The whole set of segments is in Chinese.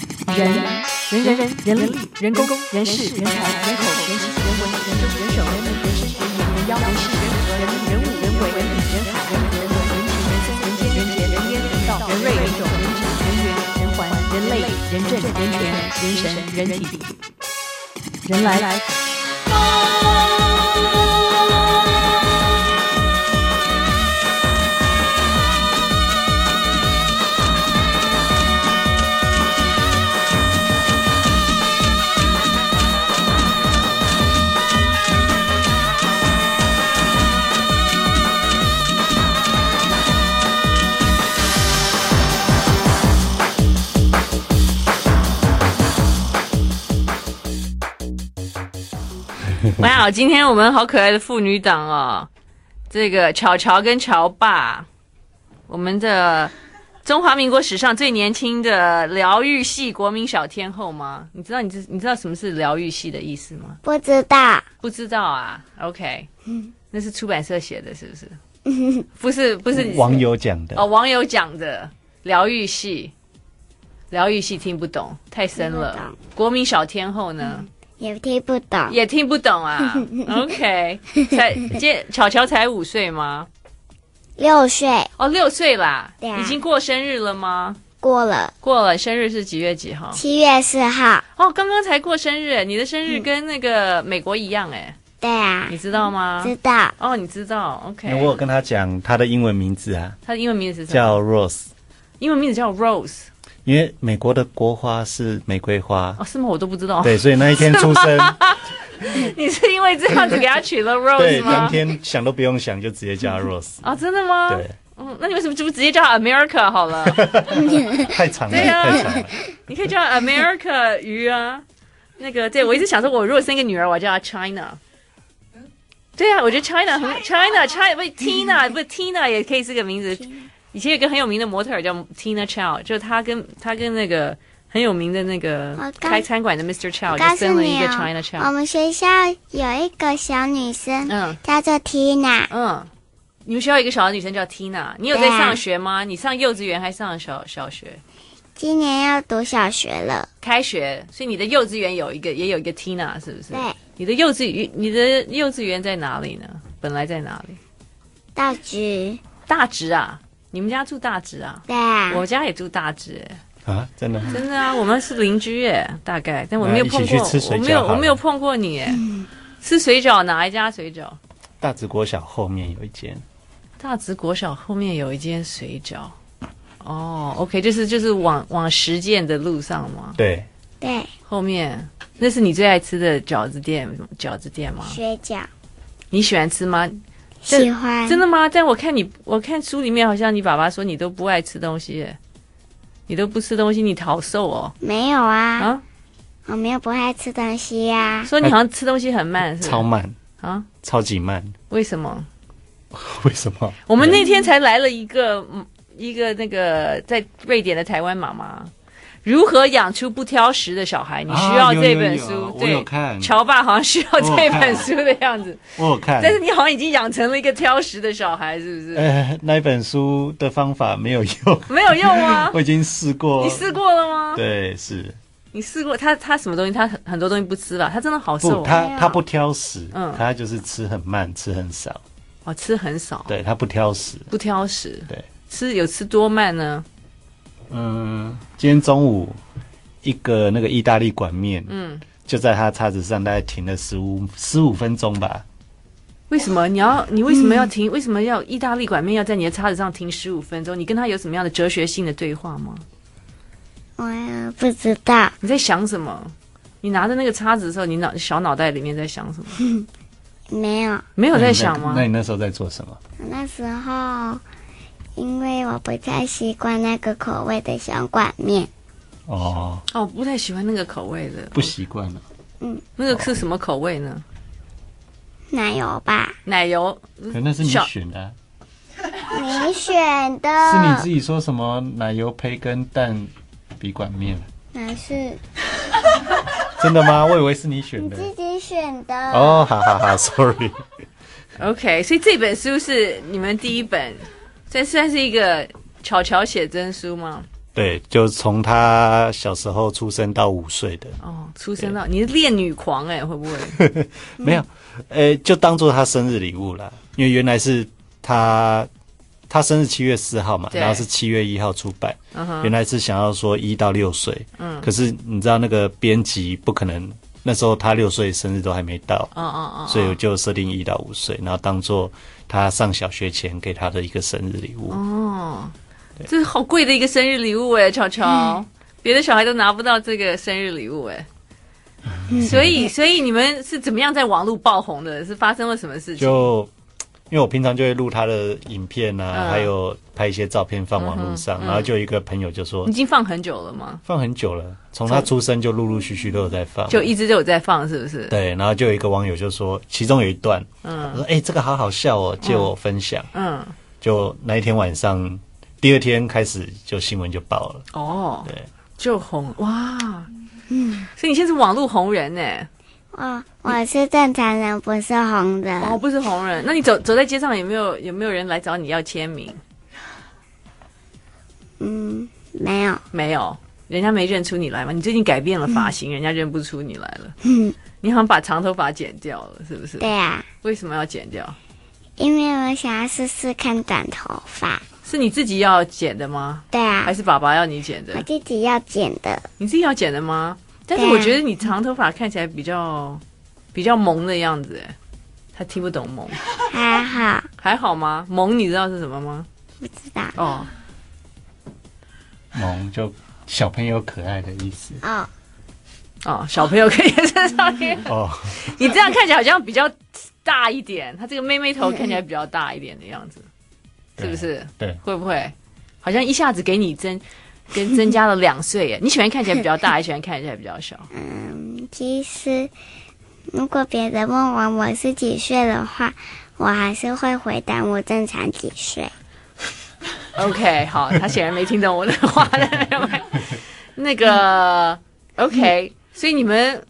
人人人人人力人工人事人才人口人情人文人政人手人民人事人民人妖人事人人人物人为人理人海人人文人情人生人间人杰人烟人道人瑞人种人质人缘人环人类人政人权人神人体人来。嗯哇哦，今天我们好可爱的妇女党哦！这个巧乔跟乔爸，我们的中华民国史上最年轻的疗愈系国民小天后吗？你知道你知你知道什么是疗愈系的意思吗？不知道，不知道啊。OK，那是出版社写的，是不是？ 不是不嗯是网友讲的哦，网友讲的疗愈系，疗愈系听不懂，太深听不了懂。国民小天后呢？也听不懂， 也听不懂 啊。OK，才这巧巧才五岁吗？六岁哦，六岁啦，对啊已经过生日了吗？过了，过了，生日是几月几号？七月四号。哦，刚刚才过生日，你的生嗯日跟那个美国一样哎，对啊，你知道吗？知道哦，你知道，OK 嗯因为。我有跟他讲他的英文名字啊，他的英文名字是什么？叫 Rose，英文名字叫 Rose 因为美国的国花是玫瑰花哦，，是吗？我都不知道。对，所以那一天出生， 你是因为这样子给他取了 Rose 对，当吗？天想都不用想就直接叫他 Rose，啊、真的吗？对，嗯，那你为什么就不直接叫他 America 好了？太长了，对啊太长了，你可以叫 America 鱼啊，那个对我一直想说，我如果生一个女儿，我要叫她 China。对啊，我觉得 China 很 China China 不是 Tina 不是 Tina 也可以是个名字。以前有个很有名的模特儿叫 Tina Chow，就是她跟她跟那个很有名的那个我告开餐馆的 Mr. Chow 告就诉生了一你个 China 哦，我 Chow。们学校有一个小女生，嗯叫做 Tina，嗯，你们学校有一个小女生叫 Tina，你有在对啊上学吗？你上幼稚园还上小小学？今年要读小学了。开学，所以你的幼稚园有一个也有一个 Tina 是不是？对，你的幼稚园，你的幼稚园在哪里呢？本来在哪里？到局大直啊，你们家住大直啊？对啊，我家也住大直、哎啊，真的吗，真的啊，我们是邻居哎、大概，但我那没有碰一起过去吃，水我饺没有，好了我没有碰过你哎、吃水饺哪一家水饺？大直国小后面有一间，大直国小后面有一间水饺。哦，OK，就是就是往往实践的路上吗？对，对后面那是你最爱吃的饺子店，饺子店吗？学长你喜欢吃吗？这喜嗯欢真的吗？但我看你，我看书里面好像你爸爸说你都不爱吃东西耶，你都不吃东西，你好瘦哦没有啊？啊！我没有不爱吃东西啊呀，说你好像吃东西很慢，是超吧？慢，啊？超级慢， 为什么？为什么？我们那天才来了一个嗯一个那个在瑞典的台湾妈妈，如何养出不挑食的小孩？你需要啊有这本有有书，我对有看乔爸好像需要有这本看书的样子，我有看但，是你好像已经养成了一个挑食的小孩，是不是？呃，那一本书的方法没有用，没有用啊！ 我已经试过，你试过了吗？对，是你试过他他什么东西？他很很多东西不吃吧？他真的好瘦不，哦，没他有他不挑食，嗯他就是吃很慢，吃很少，哦，吃很少，对他不挑食。不挑食，对，吃有吃多慢呢？嗯，今天中午一个那个意大利管面，嗯，就在他叉子上，大概停了十五十五分钟吧。为什么你要你为什么要嗯停？为什么要意大利管面要在你的叉子上停十五分钟？你跟他有什么样的哲学性的对话吗？我也不知道，你在想什么？你拿着那个叉子的时候，你脑小脑袋里面在想什么？没有。没有那在你想吗那？你那时候在做什么？那时候，因为我不太习惯那个口味的小管面，哦，哦，我不太喜欢那个口味的，不习惯了。那个是什么口味呢？奶油吧？奶油可那是你小选的啊、你选是你的自，己说什么奶油培根蛋比管面？那是真的吗？我以为是你选你的。自己选的。哦，好好好，sorry。 OK，所以这本书是你们第一本，这算是一个巧巧写真书吗？对，就从他小时候出生到五岁的，哦，出生了，你是恋女狂哎、会不会？ 没有，呃，就当做他生日礼物啦，因为原来是他他生日七月四号嘛，对然后是七月一号出版，嗯哼原来是想要说一到六岁，嗯，可是你知道那个编辑不可能，那时候他六岁生日都还没到，哦哦哦，所以我就设定一到五岁，然后当做他上小学前给他的一个生日礼物。哦，这是好贵的一个生日礼物哎，超超，别的小孩都拿不到这个生日礼物哎。所以，所以你们是怎么样在网络爆红的？是发生了什么事情？就因为我平常就会录他的影片啊，嗯还有拍一些照片放网络上，然后就有一个朋友就说已经放很久了吗？放很久了，从他出生就陆陆续续都有在放，就一直都有在放，是不是？对，然后就有一个网友就说，其中有一段，嗯，说哎、这个好好笑哦，借我分享，嗯，就那一天晚上，第二天开始就新闻就爆了，哦，对，就红哇，嗯，所以你现在是网络红人哎呢？我哦我是正常人，不是红人。哦，不是红人，那你走走在街上有没有有没有人来找你要签名？嗯，没有，没有，人家没认出你来吗？你最近改变了嗯发型，人家认不出你来 了。你好像把长头发剪掉了，是不是？对啊，为什么要剪掉？因为我想要试试看短头发。是你自己要剪的吗？对啊还，是爸爸要你剪我的？自己要剪的。你自己要剪的吗？但是对啊我觉得你长头发看起来比较比较萌的样子，哎，他听不懂萌，还好，还好吗？萌你知道是什么吗？不知道哦，萌就小朋友可爱的 意思哦。哦，小朋友可以在上面。哦，你这样看起来好像比较大一点，他这个妹妹嗯头看起来比较大一点的样子，是对不是？对会不会好像一下子给你增 跟增加了两岁耶？你喜欢看起来比较 大，还喜欢看起来比较小？嗯，其实如果别人问我我是几岁的话，我还是会回答我正常几岁。 OK，好，他显然没听懂我的话。那 个 OK，所以你们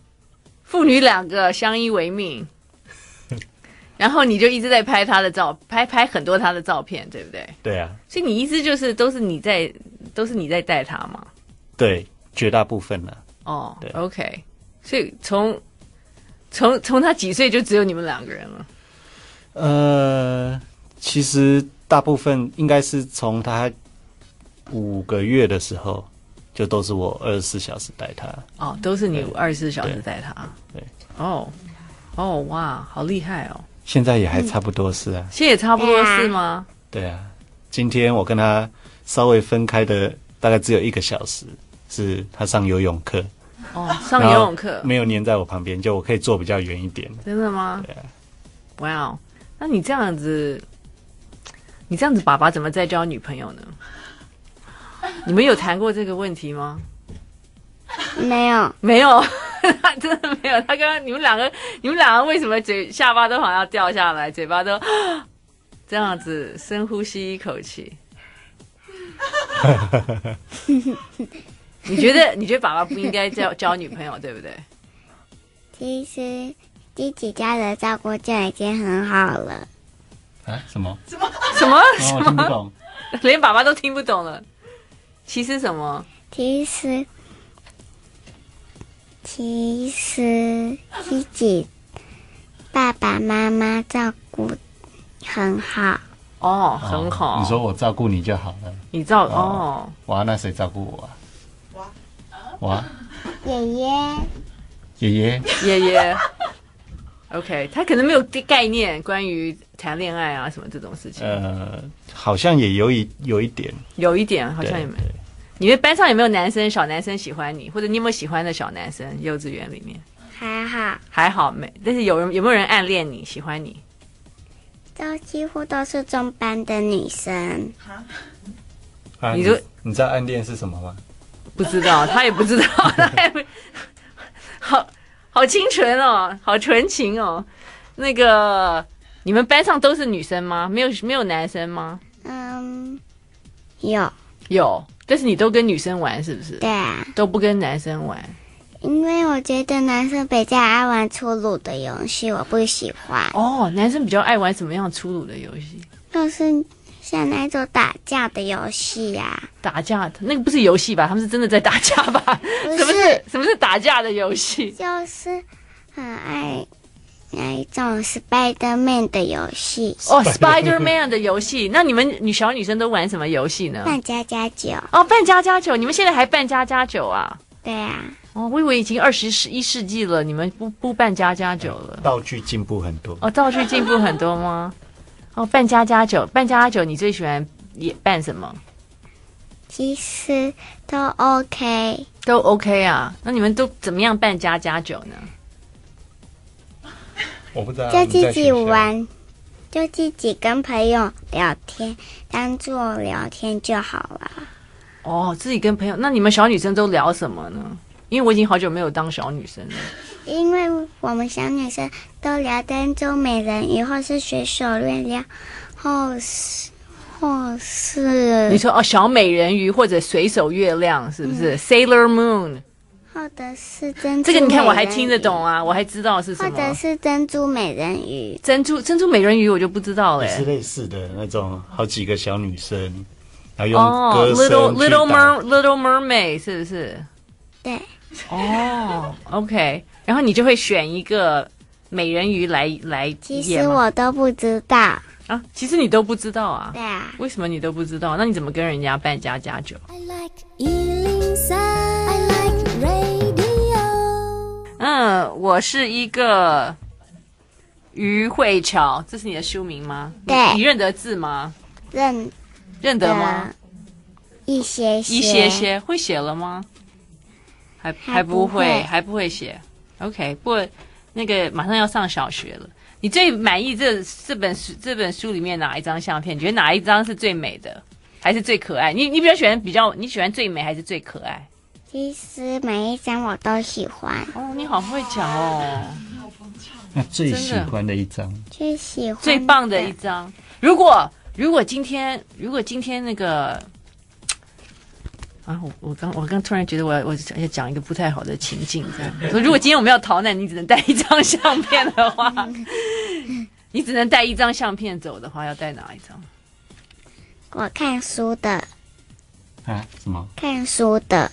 父女两个相依为 命，然后你就一直在拍他的照，拍拍很多他的照片，对不对？对啊，所以你意思就是都是你在，都是你在带他嘛？对，绝大部分啊啦，哦对，OK，所以从从从他几岁就只有你们两个人了。呃，其实大部分应该是从他五个月的时候，就都是我二十四小时带他。哦，都是你对二十四小时对带他。对。哦，哦哇，好厉害哦！现在也还差不多是啊，现在也差不多对啊是吗？对啊。今天我跟他稍微分开的大概只有一个小时，是他上游泳课，哦，上游泳课然后没有黏在我旁边，就我可以坐比较远一点。真的吗？对啊哇哦，那你这样子，你这样子，爸爸怎么再交女朋友呢？你们有谈过这个问题吗？没有，没有， 他真的没有。他刚刚你们两个，你们两个为什么嘴下巴都好像要掉下来，嘴巴都 这样子深呼吸一口气？你觉得你觉得爸爸不应该交交女朋友，对不对？其实自己家人照顾就已经很好了。啊？什 么？哦什么我听 不懂。连爸爸都听不懂了？其实什么？其实，其实自己爸爸妈妈照顾很好。哦，很好。你说我照顾你就好了。你照哦哦哇，那谁照顾我啊？我啊，爷爷，爷爷。爷爷。OK，他可能没有概念关于谈恋爱啊什么这种事情，呃，好像也有一有一点，有一点好对像也没对你们班上有没有男生小男生喜欢你，或者你有没有喜欢的小男生？幼稚园里面还好，还好没，但是有人有没有人暗恋你，喜欢你？都几乎都是中班的女生。啊你就你知道暗恋是什么吗？不知道，他也不知道，他也不，好好清纯哦，好纯情哦。那个你们班上都是女生吗？没有没有男生吗？嗯，有，有，但是你都跟女生玩是不是？对啊，都不跟男生玩。因为我觉得男生比较爱玩粗鲁的游戏，我不喜欢。哦，男生比较爱玩什么样粗鲁的游戏？要是像那种打架的游戏呀、打架那个不是游戏吧？他们是真的在打架吧？不什么是是什么是打架的游戏？就是很爱那一种 Spiderman 的游戏，哦、s p i d e r m a n 的游戏。那你们女小女生都玩什么游戏呢？扮家家酒。哦，扮家家酒，你们现在还扮家家酒啊？对啊，哦，我以为已经二十十一世纪了，你们不不扮家家酒了。道具进步很多。哦，道具进步很多吗？哦，扮家家酒，扮家家酒，你最喜欢也扮什么？其实都 OK。都 OK 啊。那你们都怎么样扮家家酒呢？我不知啊道就自己，玩，就自己跟朋友聊天，当做聊天就好了。哦，自己跟朋友。那你们小女生都聊什么呢？因为我已经好久没有当小女生了。因为我们小女生都聊跟中美人鱼或是水手月亮，或是或你是说哦，小美人鱼或者水手月亮是不是、Sailor Moon？或者是珍珠 这个你看我还美人鱼听得懂，啊，我还知道是什或者么。是珍珠美人鱼，珍珠珍珠美人鱼我就不知道嘞、也是类似的那种，好几个小女生，然后用哦歌声去，Little Little 打 Mer Little Mermaid 是不是？对，哦，OK，然后你就会选一个美人鱼来来其演实吗？我都不知道，啊，其实你都不知道啊对，啊，为什么你都不知道？那你怎么跟人家扮家家酒？ I like Ealing Sound. I like radio. 嗯，我是嗯一个于慧乔，这是你的书名吗？你对你认得字吗？认认得吗得？一些一些些会写了吗？还还还不不会会，还不会写。OK，不过那个马上要上小学了。你最满意这这本书这本书里面哪一张相片？你觉得哪一张是最美的，还是最可爱？你你比较喜欢比较你喜欢最美还是最可爱？其实每一张我都喜欢，哦，你好会讲哦。那 最真的喜欢的一张，最喜欢最棒的一张。如果如果今天如果今天那个啊，我我刚我刚突然觉得我要我要讲一个不太好的情境，这样。说如果今天我们要逃难，你只能带一张相片的话，你只能带一张相片走的话，要带哪一张？我看书的，啊，什么？看书的，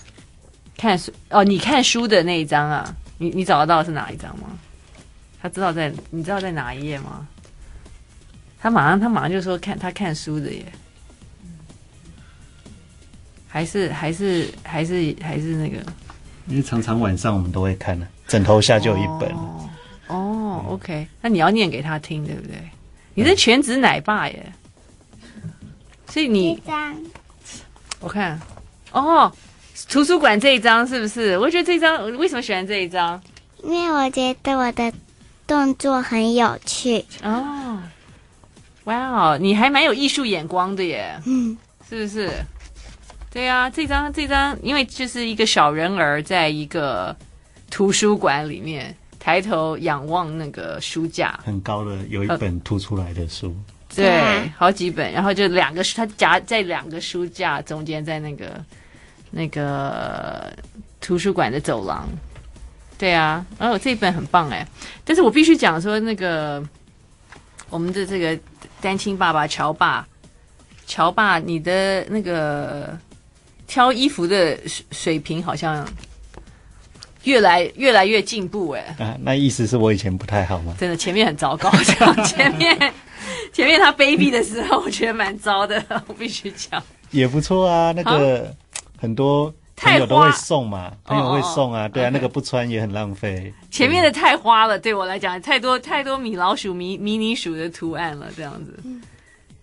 看书哦，你看书的那一张啊，你你找得到是哪一张吗？他知道在你知道在哪一页吗？他马上他马上就说看他看书的耶，还是还是还是还是那个因为常常晚上我们都会看的、枕头下就有一本。哦哦，OK，那你要念给他听，对不对？你是全职奶爸耶，所以你一张。我看哦，图书馆这一张是不是？我觉得这张我为什么喜欢这一张？因为我觉得我的动作很有趣，哦，哇哦，你还蛮有艺术眼光的耶，嗯，是不是？对啊，这张这张，因为就是一个小人儿在一个图书馆里面抬头仰望那个书架，很高的，有一本凸出来的书，对啊，好几本，然后就两个书，他夹在两个书架中间，在那个那个图书馆的走廊。对啊，哦，这一本很棒哎，但是我必须讲说，那个我们的这个单亲爸爸乔爸，乔爸，你的那个挑衣服的水水平好像越来越来越进步哎。啊，那意思是我以前不太好吗？真的前面很糟糕，这样前面前面他 baby 的时候，我觉得蛮糟的，我必须讲。也不错啊，那个很多朋友都会送嘛，哦太花朋友会送啊，哦哦对啊 OK 那个不穿也很浪费。嗯前面的太花了，对我来讲，太多 太多米老鼠、迷迷你鼠的图案了，这样子。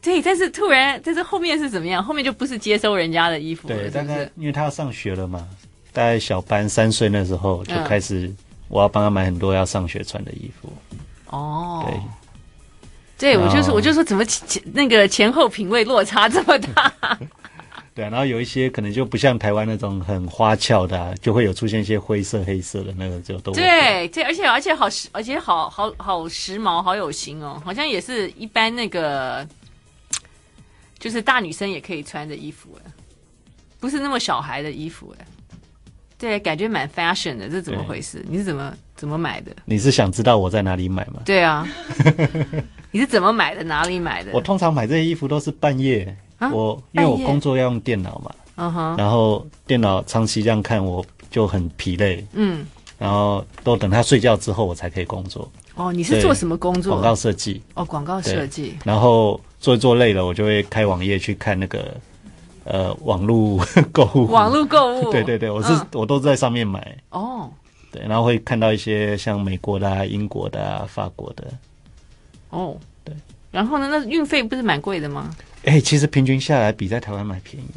对，但是突然，但是后面是怎么样？后面就不是接收人家的衣服了，对，是大不概哦是？因为他要上学了嘛，大概小班三岁那时候就嗯开始，我要帮他买很多要上学穿的衣服。哦，对，对，我就说，哦我就说，怎么前前那个前后品味落差这么大？对啊，然后有一些可能就不像台湾那种很花俏的、啊，就会有出现一些灰色、黑色的那个就都会对对，而且而且好时，而且好好好时髦，好有型哦，好像也是一般那个，就是大女生也可以穿的衣服哎，不是那么小孩的衣服哎。对，感觉蛮 fashion 的，这怎么对回事？你是怎么怎么买的？ 你是想知道我在哪里买吗？对啊，你是怎么买的？哪里买的我？通常买这些衣服都是半夜，啊我因为我半夜工作要用电脑嘛，嗯哼，然后电脑长期这样看我就很疲累，嗯，然后都等他睡觉之后我才可以工作。哦，你是做什么工作？广告设计，哦，广告对设计。然后做一做累了，我就会开网页去看那个呃网络 购物。网络购物， 对对对，我是、嗯我都在上面买，哦对，然后会看到一些像美国的、啊、英国的、啊、法国的，哦，对。然后呢？那运费不是蛮贵的吗？哎、其实平均下来比在台湾买便宜，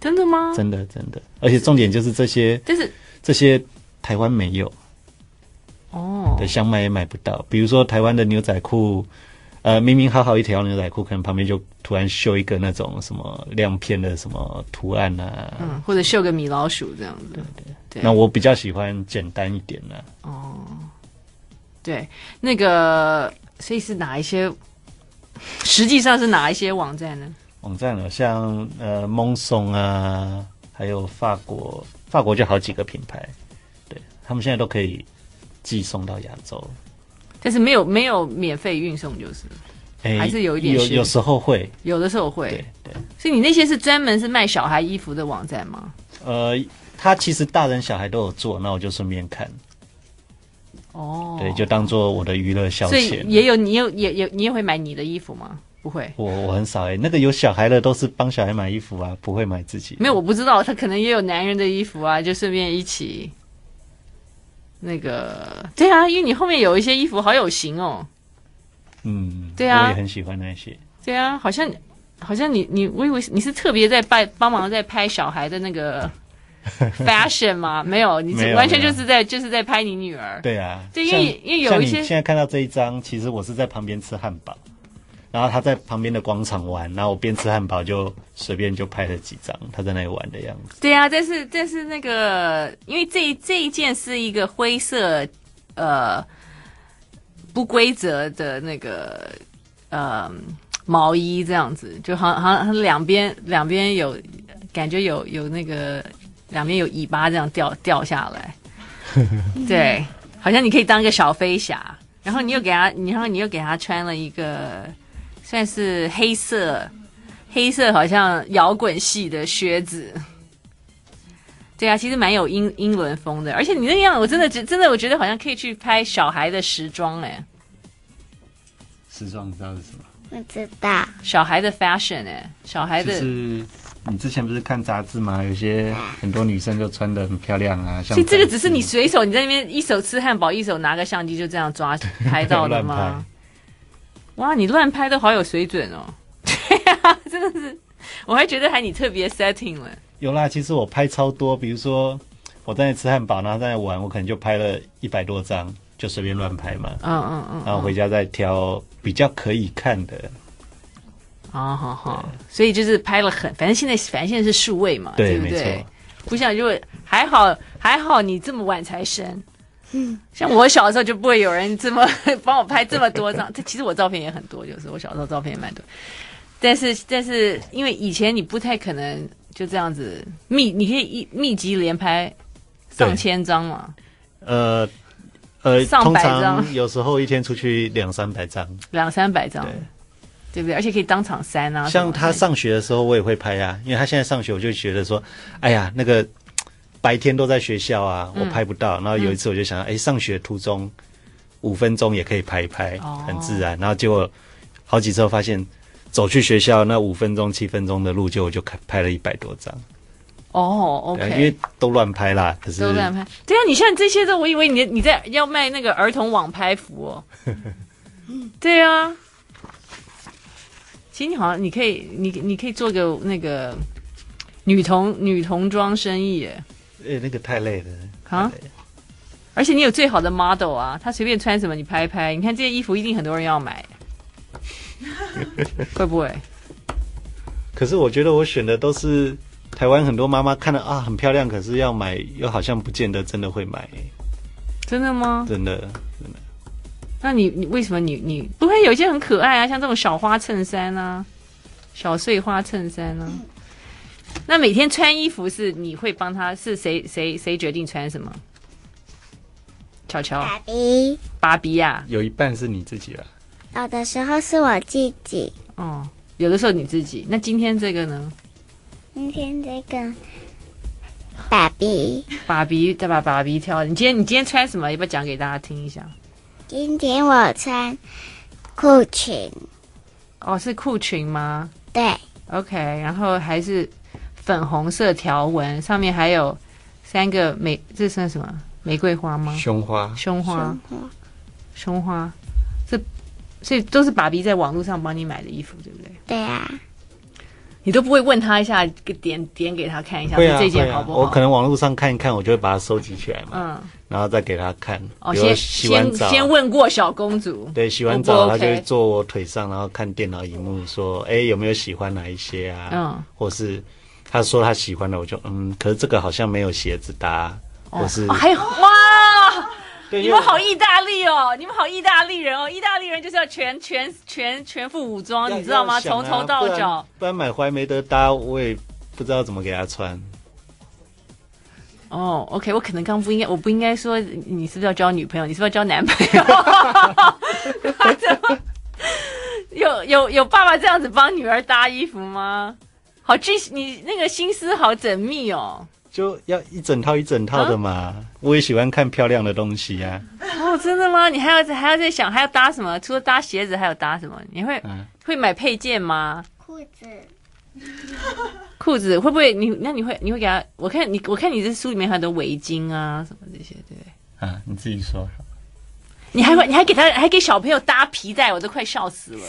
真的吗？真的真的，而且重点就是这些但是这些台湾没有哦对，，想买也买不到，比如说台湾的牛仔裤。呃，明明好好一条牛仔裤，可能旁边就突然绣一个那种什么亮片的什么图案啊，嗯，或者绣个米老鼠这样子。对那我比较喜欢简单一点呢、哦，对，那个所以是哪一些？实际上是哪一些网站呢？网站有像呃蒙松啊，还有法国，法国就好几个品牌，对他们现在都可以寄送到亚洲。但是没有没有免费运送，就是哎还是有一点有是有时候会，有的时候会对。对，所以你那些是专门是卖小孩衣服的网站吗？呃，他其实大人小孩都有做，那我就顺便看，哦，对，就当做我的娱乐消所以遣。也有你有也也你也会买你的衣服吗？不会，我我很少哎、那个有小孩的都是帮小孩买衣服啊，不会买自己。没有，我不知道，他可能也有男人的衣服啊，就顺便一起。那个，对啊，因为你后面有一些衣服好有型哦。嗯，对啊我也很喜欢那些。对啊，好像好像你你，我以为你是特别在帮帮忙在拍小孩的那 个 fashion 吗？没有，你没是有完全没就有是在就是在拍你女儿。对啊， 对像因为因为有像一你些现在看到这一张，其实我是在旁边吃汉堡，然后他在旁边的广场玩，然后我边吃汉堡就随便就拍了几张他在那里玩的样子。对啊，但是但是那个，因为这这一件是一个灰色，呃，不规则的那个呃毛衣这样子，就好像好像两边两边有感觉有有那个两边有尾巴这样掉掉下来，对，好像你可以当一个小飞侠，然后你又给他，然后你又给他穿了一个算是黑色。黑色好像摇滚系的靴子，对啊，其实蛮有英英伦风的，而且你那样，我真的觉嗯真的，我觉得好像可以去拍小孩的时装哎、时装你知道是什么？我知道，小孩的 fashion 哎、小孩就的，是你之前不是看杂志吗？有些很多女生就穿的很漂亮啊，像所以啊这个只是你随手你在那边一手吃汉堡，一手拿个相机就这样抓拍到的 乱吗？哇，你乱拍都好有水准哦！ 对啊，真的是，我还觉得还你特别 setting 了。有啦。其实我拍超多，比如说我在那吃汉堡，然后在那玩，我可能就拍了一百多张，就随便乱拍嘛。嗯嗯嗯，然后回家再挑比较可以看的，哦，好好，所以就是拍了很，反正现在反正现在是数位嘛，对不没对错？不像如果还好还好你这么晚才生，像我小时候就不会有人这么 帮我拍这么多张，这其实我照片也很多，就是我小时候照片也蛮多，但是但是因为以前你不太可能就这样子密，你可以一密集连拍上对千张嘛，呃呃，上通百张常有时候一天出去两三百张。两三百张对，对不对？而且可以当场删啊，什像么他的上学的时候，我也会拍啊，因为他现在上学，我就觉得说，哎呀，那个白天都在学校啊，嗯我拍不到。然后有一次我就想，哎、上学途中五分钟也可以拍一拍，哦很自然。然后结果好几次后发现，走去学校那五分钟、七分钟的路，结果我就开拍了一百多张，哦对，OK，啊因为都乱拍啦。可是都乱拍。对啊，你像这些都，我以为你你在要卖那个儿童网拍服哦。对啊，其实你好像你可以，你你可以做个那个女童女童装生意耶呃、那个太累了。啊太累了，而且你有最好的 model 啊，她随便穿什么你拍一拍，你看这些衣服一定很多人要买，会不会？可是我觉得我选的都是台湾很多妈妈看了啊，很漂亮，可是要买又好像不见得真的会买，真的吗？真的。那你你为什么你你不会有一些很可爱啊，像这种小花衬衫啊，小碎花衬衫啊？那每天穿衣服是你会帮他是谁谁谁决定穿什么？巧巧、爸比，芭比呀、啊有一半是你自己了。啊有的时候是我自己。哦，有的时候你自己。那今天这个呢？今天这个爸比，爸比再把爸比挑的。你今天你今天穿什么？要不要讲给大家听一下？今天我穿裤裙，哦，是裤裙吗对， ？OK，然后还是粉红色条纹，上面还有三个玫，这算什么？玫瑰花吗？胸花，胸花胸，花胸花，这所以都是爸比在网络上帮你买的衣服，对不对？对啊，你都不会问他一下，给点点给他看一下，会说啊这会件好啊，不好？我可能网络上看一看，我就会把它收集起来嘛，嗯，然后再给他看。哦，比如说先洗完先澡，先问过小公主，对，洗完哦澡不他 OK 就会坐我腿上，然后看电脑荧幕，说：“哎、有没有喜欢哪一些啊？”嗯，或是他说他喜欢的，我就嗯，可是这个好像没有鞋子搭，或是、哦还有哇。 对，你因为们好意大利哦，你们好意大利人哦，意大利人就是要全全全全副武装，要你知道吗？要想从啊头到不然脚。不然买回来没得搭，我也不知道怎么给他穿。哦，OK，我可能刚不应该，我不应该说你是不是要交女朋友，你是不是要交男朋友？怎么 有有有爸爸这样子帮女儿搭衣服吗？好具，你那个心思好缜密哦。就要一整套一整套的嘛，啊我也喜欢看漂亮的东西啊呀、哦，真的吗？你还要还要在想还要搭什么？除了搭鞋子，还有搭什么？你会、嗯会买配件吗？裤子裤子会不会你？那你会你会给他？我看你我看你这书里面还有很多围巾啊什么这些，对不对？啊。你自己说。你还会你还给他还给小朋友搭皮带，我都快笑死 了。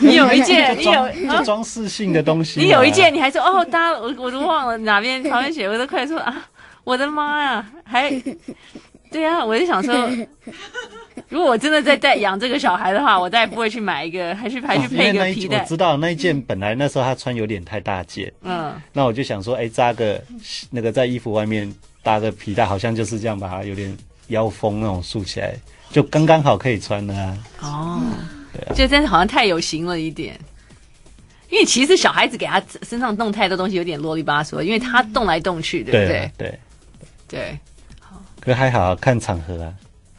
你有一件，你有啊装就装饰性的东西嘛、你有一件，你还说哦搭了，我我都忘了哪边旁边写，我都快说啊，我的妈呀， 还对啊，我就想说，如果我真的在带养这个小孩的话，我再也不会去买一个，还是还是哦因为配一个那一皮件带我，知道那一件本来那时候他穿有点太大件，嗯。那我就想说，哎、扎个那个在衣服外面搭个皮带，好像就是这样把它有点腰封那种束起来，就刚刚好可以穿了啊。哦，就真的好像太有型了一点。因为其实小孩子给他身上弄太多东西，有点啰里吧嗦，因为他动来动去，对不对对啊？对，对，可还好啊看场合啊。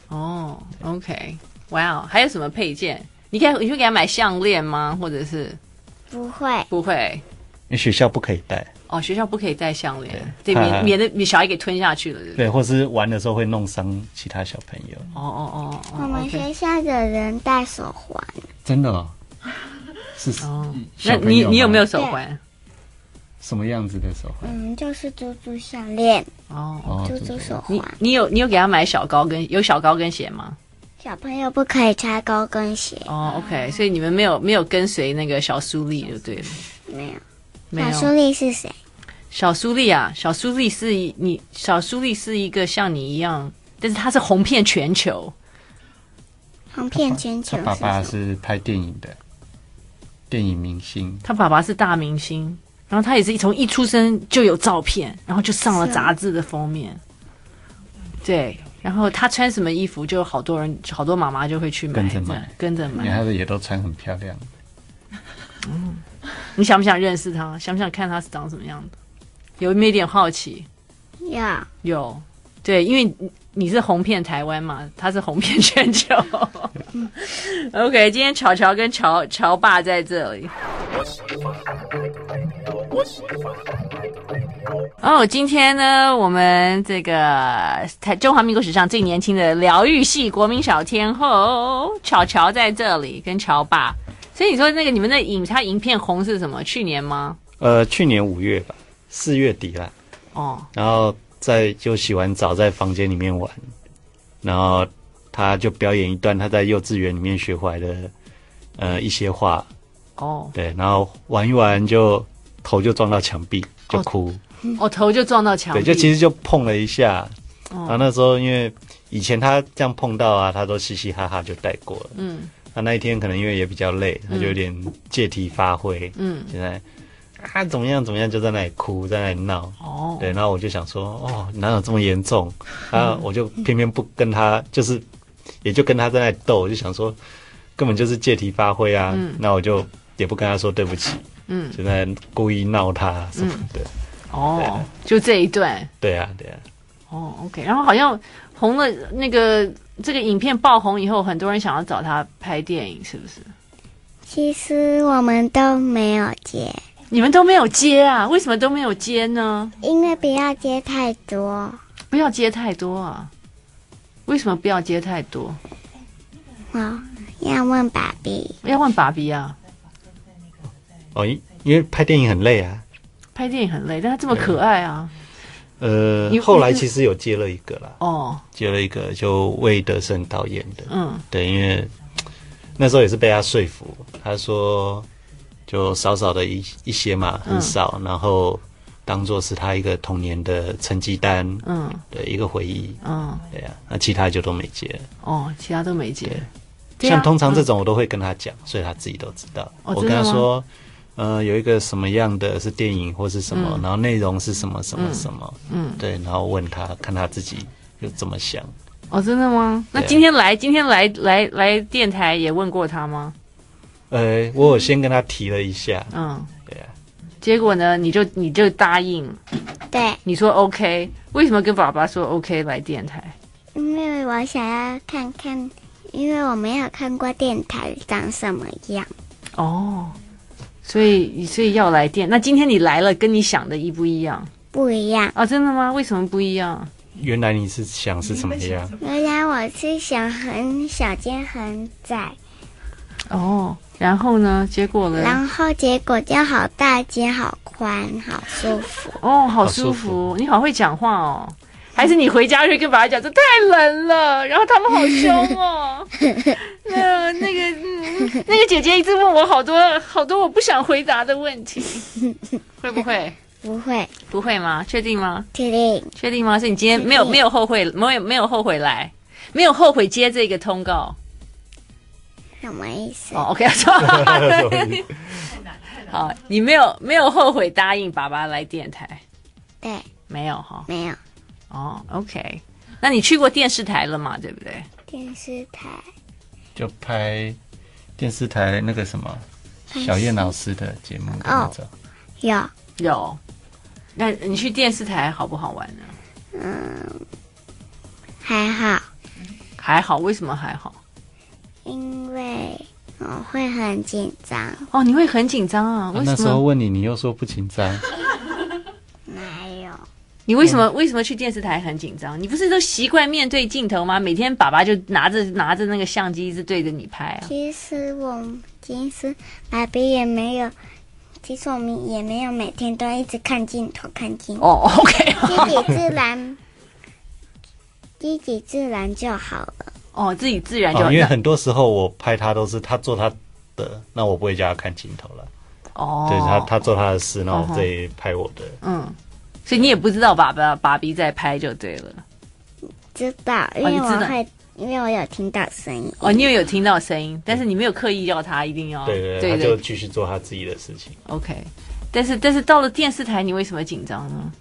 哦，OK，哇哦，还有什么配件？你给他，你会给他买项链吗？或者是不会，不会？因为学校不可以带，哦，学校不可以戴项链，对，对免 啊免得你小孩给吞下去了，对不对？对，或是玩的时候会弄伤其他小朋友。哦哦哦我哦们，OK，学校的人戴手环，真的、哦？是哦，那你你有没有手环？什么样子的手环？嗯，就是珠珠项链、哦，珠珠手你环。你有你有给他买小高跟有小高跟鞋吗？小朋友不可以穿高跟鞋，哦，OK，所以你们没有没有跟随那个小苏丽就对了，没有。没小苏有。丽是谁？小苏丽啊，小苏丽是一你小苏丽是一个像你一样，但是她是红遍全球。红遍全球是什么？是拍电影的，电影明星。她爸爸是大明星，然后她也是从一出生就有照片，然后就上了是啊杂志的封面。对，然后她穿什么衣服，就好多人好多妈妈就会去买，跟着买这样跟着买。的也都穿很漂亮，你想不想认识她？想不想看她是长什么样的？有没有一点好奇？有有，对，因为你你是红遍台湾嘛，他是红遍全球。OK，今天巧巧跟乔乔爸在这里。哦，今天呢，我们这个台中华民国史上最年轻的疗愈系国民小天后巧巧在这里跟乔爸。所以你说那个你们的影，他影片红是什么？去年吗？呃，去年五月吧，四月底啦，哦，然后在就洗完澡在房间里面玩，然后他就表演一段他在幼稚园里面学回来的呃一些话，哦，对，然后玩一玩就头就撞到墙壁就哦哭，我、头就撞到墙壁。对，就其实就碰了一下，哦然后那时候因为以前他这样碰到啊，他都嘻嘻哈哈就带过了，嗯。他那一天可能因为也比较累，他就有点借题发挥，嗯现在啊怎么样怎么样就在那里哭，在那里闹。哦，对，然后我就想说，哦，哪有这么严重？啊，我就偏偏不跟他，就是也就跟他在那里斗，我就想说，根本就是借题发挥啊。嗯那我就也不跟他说对不起，嗯，就在那故意闹他啊什么的。哦，就这一段，对啊，对啊，哦，OK，然后好像红了那个这个影片爆红以后，很多人想要找他拍电影，是不是？其实我们都没有接，你们都没有接啊？为什么都没有接呢？因为不要接太多，不要接太多啊！为什么不要接太多？哦，要问爸比，要问爸比啊，哦，因因为拍电影很累啊。拍电影很累，但他这么可爱啊！呃你，后来其实有接了一个啦，哦，接了一个就魏德胜导演的，嗯，对，因为那时候也是被他说服，他说就少少的一一些嘛，嗯很少，然后当做是他一个童年的成绩单，嗯对，一个回忆，嗯，对啊，那其他就都没接了。哦，其他都没接。对啊像通常这种我都会跟他讲，所以他自己都知道。哦我真跟的他吗说，呃，有一个什么样的是电影或是什么，嗯然后内容是什么什么什么，嗯，对，然后问他看他自己又怎么想。哦，真的吗？那对啊今天来，今天来来来电台也问过他吗？呃，我有先跟他提了一下，嗯，对啊，结果呢，你就你就答应，对，你说 OK，为什么跟爸爸说 OK 来电台？因为我想要看看，因为我没有看过电台长什么样，哦，所以所以要来电。那今天你来了，跟你想的一不一样不一样。啊？真的吗？为什么不一样？原来你是想是什么样？原来我是想很小间很窄，哦，然后呢？结果呢？然后结果就好大间好宽好舒服。哦，好舒舒服服，你好会讲话哦。还是你回家去跟爸爸讲，这太冷了，然后他们好凶 哦。那那个、嗯那个姐姐一直问我好多好多我不想回答的问题，会不会？不会，不会吗？确定吗？确定确定吗？是你今天没有没有后悔，没有没有后悔来，没有后悔接这个通告什么意思？哦。OK，好，你没有没有后悔答应爸爸来电台，对，没有哈？没有哦，OK，那你去过电视台了嘛？对不对？电视台。就拍电视台那个什么嗯小燕老师的节目的那种，有，有。那你去电视台好不好玩啊呢？嗯，还好，还好，为什么还好？因为我会很紧张。哦，你会很紧张啊？啊为那什时候么？问你，你又说不紧张，哪有？你为什么为什么去电视台很紧张？你不是都习惯面对镜头吗？每天爸爸就拿着拿着那个相机一直对着你拍啊。其实我其实爸比也没有，其实我们也没有每天都一直看镜头看镜头，哦，OK，自己自然，自己自然就好了。哦，自己自然就哦，因为很多时候我拍他都是他做他的，那我不会叫他看镜头了。哦，对他，他做他的事，然后嗯我哼自己拍我的。嗯，所以你也不知道爸爸爸比在拍就对了。知道，因哦你为知道我会，因为我有听到声音。哦，你也有听到声音，但是你没有刻意要他一定要嗯对对对对，他就继续做他自己的事情。 OK。但是但是到了电视台，你为什么紧张呢？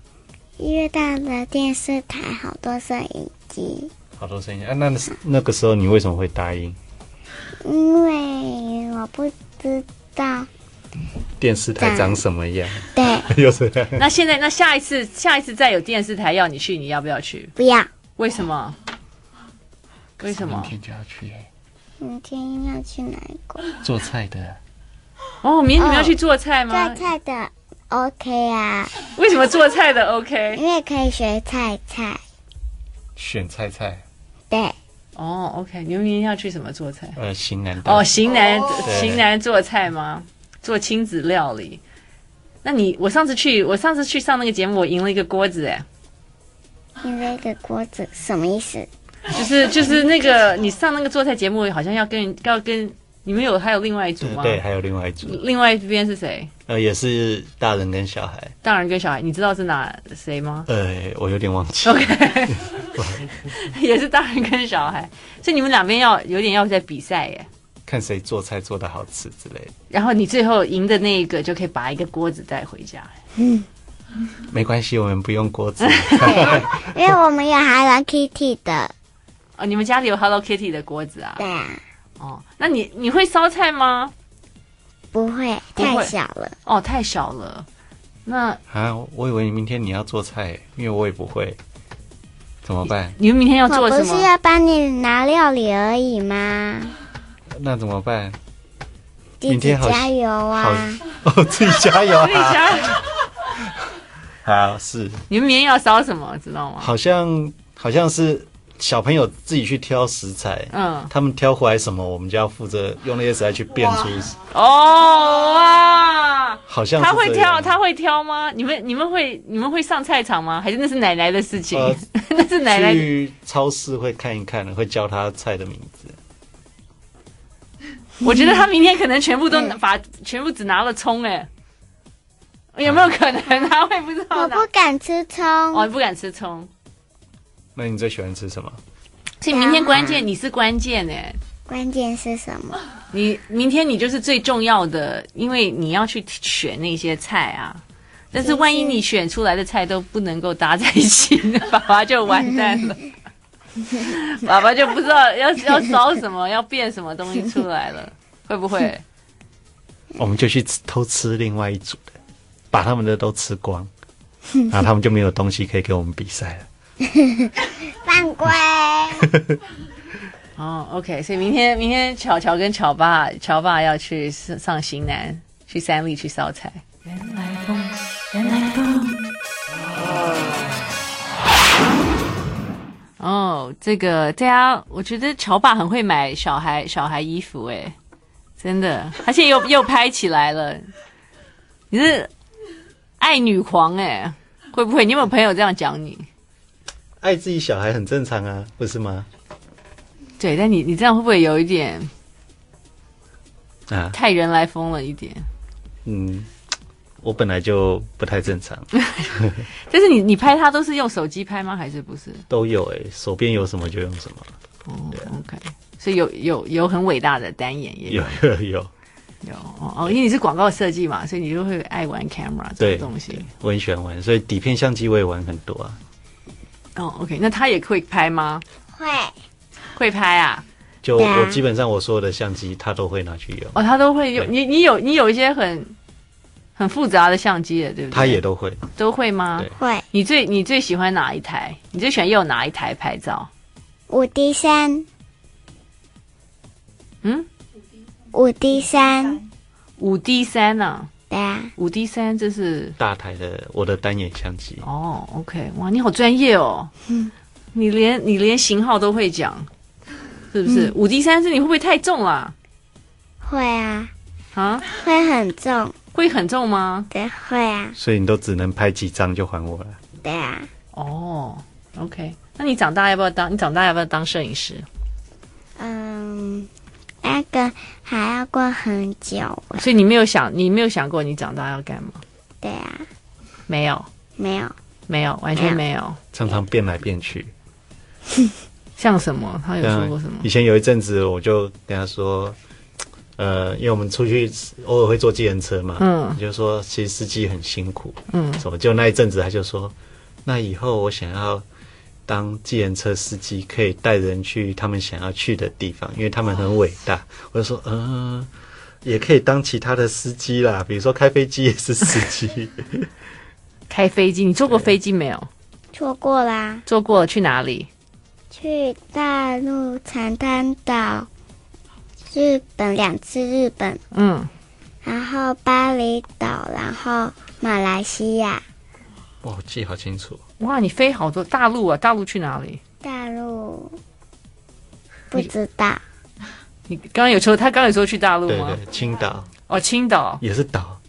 因为到了电视台，好多摄影机，好多声音啊，那那个时候你为什么会答应因为我不知道，电视台长什么样？对，又是这样 那现在那下一次下一次再有电视台要你去，你要不要去？不要，为什么？为什么？就要去明天要去哪一个？做菜的，哦，明天你们要哦去做菜吗？做菜的 OK 啊，为什么做菜的 OK？因为可以学菜菜，选菜菜，对，哦，OK，你们明天要去什么做菜？呃，型男的哦，型男对型男做菜吗？做亲子料理。那你我上次去我上次去上那个节目，我赢了一个锅子哎，因为一个锅子什么意思？就是就是那个你上那个做菜节目，好像要跟要跟你们有还有另外一组对吗？嗯对，还有另外一组，另外一边是谁？呃，也是大人跟小孩，大人跟小孩，你知道是哪谁吗？呃，我有点忘记。 OK，也 是大人跟小孩，所以你们两边要有点要在比赛耶。看谁做菜做的好吃之类的，然后你最后赢的那一个就可以把一个锅子带回家。没关系，我们不 用锅子。因为我们有 Hello Kitty 的，哦，你们家里有 Hello Kitty 的锅子啊对？啊，哦，那你你会烧菜吗？不会不会太小了，哦，太小了。那啊，我以为明天你要做菜，因为我也不会。怎么办？你们明天要我啊做不什是么？要帮你拿料理而已吗？那怎么办？弟明弟天好加油好啊！哦，自己加油嗯 自己啊！家，好，是， 你们明天要烧什么？知道吗？好像好像是小朋友自己去挑食材，嗯，他们挑回来什么，我们就要负责用那些食材去变出，哦哇！好像是他会这挑，样他会挑吗？你们你们会你们会上菜场吗？还是那是奶奶的事情？呃 那是奶奶的。去超市会看一看，会教他菜的名字。我觉得他明天可能全部都把全部只拿了葱哎、有没有可能他会不知道我拿？不敢吃哦，葱，你不敢吃葱，那你最喜欢吃什么？所以明天关键你是关键哎、关键是什么？你明天你就是最重要的，因为你要去选那些菜啊。但是万一你选出来的菜都不能够搭在一起， 那爸爸就完蛋 了。爸爸就不知道要要烧什么，要变什么东西出来了，会不会？我们就去吃偷吃另外一组的，把他们的都吃光，然后他们就没有东西可以给我们比赛了。犯规！哦，OK，所以明天明天巧巧跟巧爸巧爸要去上上行南，去三立去烧菜。原来风，原来风。哦，这个对啊，我觉得乔爸很会买小孩小孩衣服诶，真的，而且又又拍起来了。你是爱女狂诶，会不会？你有没有朋友这样讲你？爱自己小孩很正常啊，不是吗？对，但你你这样会不会有一点啊，太人来疯了一点？嗯，我本来就不太正常，但是你你拍他都是用手机拍吗？还是不是？都有诶、手边有什么就用什么，哦、o 啊 k 所以有有有很伟大的单眼也有 有有有，有哦哦，因为你是广告设计嘛，所以你就会爱玩 camera 这对种东西。我很喜欢玩，所以底片相机我也玩很多啊。哦，OK，那他也会拍吗？会，会拍啊？就对啊我基本上我所有的相机，他都会拿去用，哦，他都会用。对你你有你有一些很很复杂的相机的，对不对？他也都会。都会吗对？会你最你最喜欢哪一台？你最喜欢用哪一台拍照？五 D 三，嗯，五 D 三，五 D 三呢？对啊，五 D 三这是大台的我的单眼相机，哦，OK，哇，你好专业哦，嗯你连你连型号都会讲，是不嗯是？五 D 三是你会不会太重啦、会啊，啊？会很重，会很重吗？对，会啊，所以你都只能拍几张就还我了。对啊，哦，OK，那你长大要不要当？你长大要不要当摄影师？嗯，那个还要过很久，所以你没有想，你没有想过你长大要干嘛？对啊，没有，没有，没有，完全没有。常常变来变去。像什么？他有对啊说过什么？以前有一阵子，我就跟他说，呃，因为我们出去偶尔会坐计程车嘛，嗯我就说其实司机很辛苦，嗯，什么？就那一阵子他就说，那以后我想要当计程车司机，可以带人去他们想要去的地方，因为他们很伟大。我就说，嗯、也可以当其他的司机啦，比如说开飞机也是司 机。开飞机，你坐过飞机没有？错过啦，坐过了，去哪里？去大陆长滩岛，日本两次日本，啊嗯，然后巴厘岛，然后马来西亚、哇，我记好清楚。哇，你飞好多大陆啊！大陆去哪里？大陆，不知道。你刚刚有说他刚刚有说去大陆对吗？对，青岛哦，青岛。也是岛，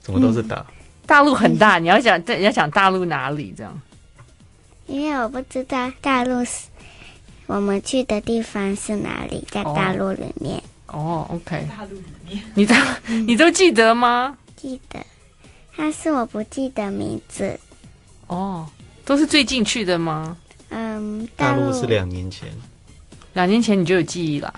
怎么都是嗯岛。大陆很大，你要讲对，你要讲大陆哪里这样？因为我不知道大陆是我们去的地方是哪里，在哦大陆里面、哦，OK，大陆里面，嗯你都你都记得吗？记得，但是我不记得名字。哦，都是最近去的吗？嗯，大陆陆是两年前，两年前你就有记忆啦。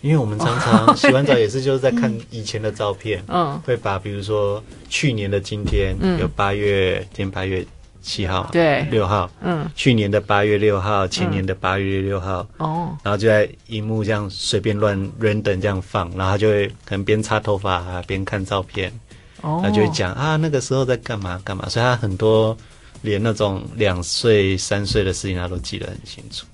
因为我们常哦常 洗完澡也是就是在看以前的照片，嗯，会把比如说去年的今天，嗯有八月，今天八月七号，对六号，嗯，去年的八月六号，前年的八月六号。哦，然后就在荧幕这样随便乱 random 这样放，然后他就会可能边擦头发、啊、边看照片，哦，他就会讲啊那个时候在干嘛干嘛，所以他很多连那种两岁、三岁的事情他都记得很清楚。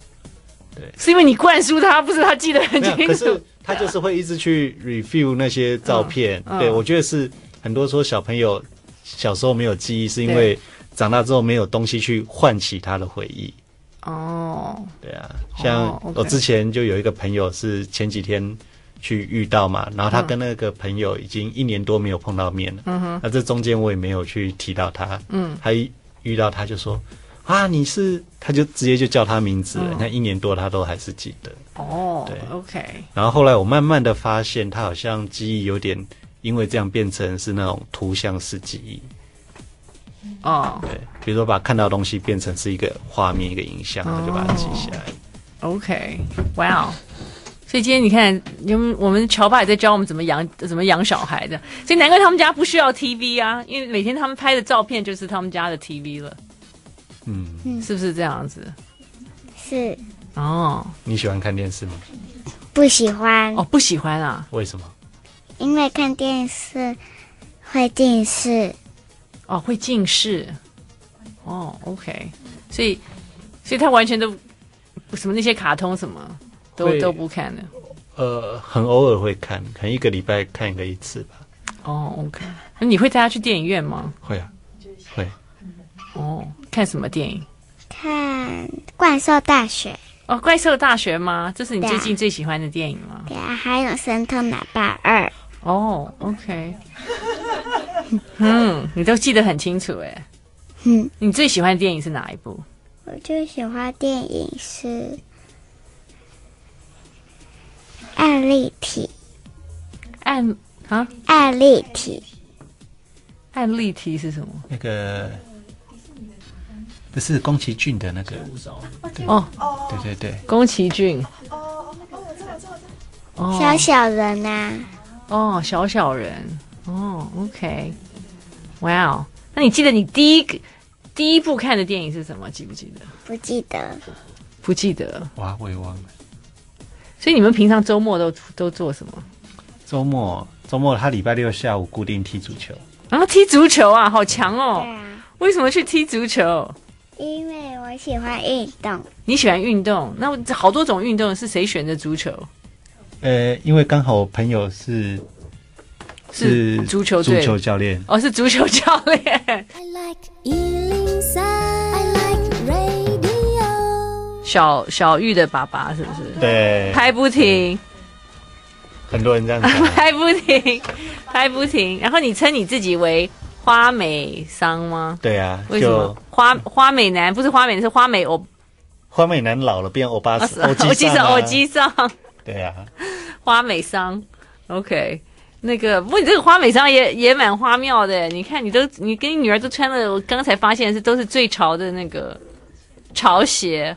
是因为你灌输他，不是他记得 很没有，清可是楚。他就是会一直去 review 那些照片。嗯嗯对，我觉得是很多说小朋友小时候没有记忆，是因为长大之后没有东西去唤起他的回忆。哦，对啊，像，OK 我之前就有一个朋友是前几天去遇到嘛，然后他跟那个朋友已经一年多没有碰到面了。嗯哼，那这中间我也没有去提到他，嗯，他一遇到他就说啊，你是，他就直接就叫他名字了。嗯那、一年多他都还是记得。哦对，OK，然后后来我慢慢的发现，他好像记忆有点因为这样变成是那种图像式记忆，哦对，比如说把看到的东西变成是一个画面、一个影像，他就把它记下来。 ，OK，哇哦。所以今天你看，我们我们乔爸也在教我们怎么养怎么养小孩的，所以难怪他们家不需要 TV 啊，因为每天他们拍的照片就是他们家的 TV 了，嗯，是不是这样子？是哦你喜欢看电视吗？不喜欢，哦，不喜欢啊，为什么？因为看电视会近视，哦，会近视。哦，OK，所以所以他完全都什么那些卡通什么都会都不看的。呃，很偶尔会看，可能一个礼拜看个一次吧。哦，OK，那你会带他去电影院吗？会啊，会。哦，看什么电影？看《怪兽大学》哦，怪兽大学吗？这是你对啊最近最喜欢的电影吗？对啊，还有《神偷奶爸二》，哦，OK，嗯，你都记得很清楚哎。嗯，你最喜欢的电影是哪一部？我最喜欢电影是《爱丽体》，按啊，爱丽体按例题是什么？那个不是宫崎骏的那个，哦，对对对，宫崎骏。哦，小小人啊呐、哦，小小人，哦，OK，哇哦，那你记得你第一个第一部看的电影是什么？记不记得？不记得不记得。哇，我也忘了。所以你们平常周末都都做什么？周末周末他礼拜六下午固定踢足球，然后踢足球啊，好强对哦！啊，为什么去踢足球？因为我喜欢运动，你喜欢运动？那我好多种运动是谁选的足球？呃，因为刚好我朋友是是足球足队球教练，哦，是足球教练。 I like Ealing Sound. I like radio. 小小玉的爸爸是不是？对，拍不停，很多人这样讲， 拍不停，拍不停。然后你称你自己为花美商吗？对啊，为什么就花花美男不是花美，是花美欧花美男老了变欧巴桑，欧欧基基 桑哦啊欧基上对啊，花美商，OK。那个，不过你这个花美商也也蛮花妙的。你看，你都你跟你女儿都穿了，我刚才发现是都是最潮的那个潮鞋，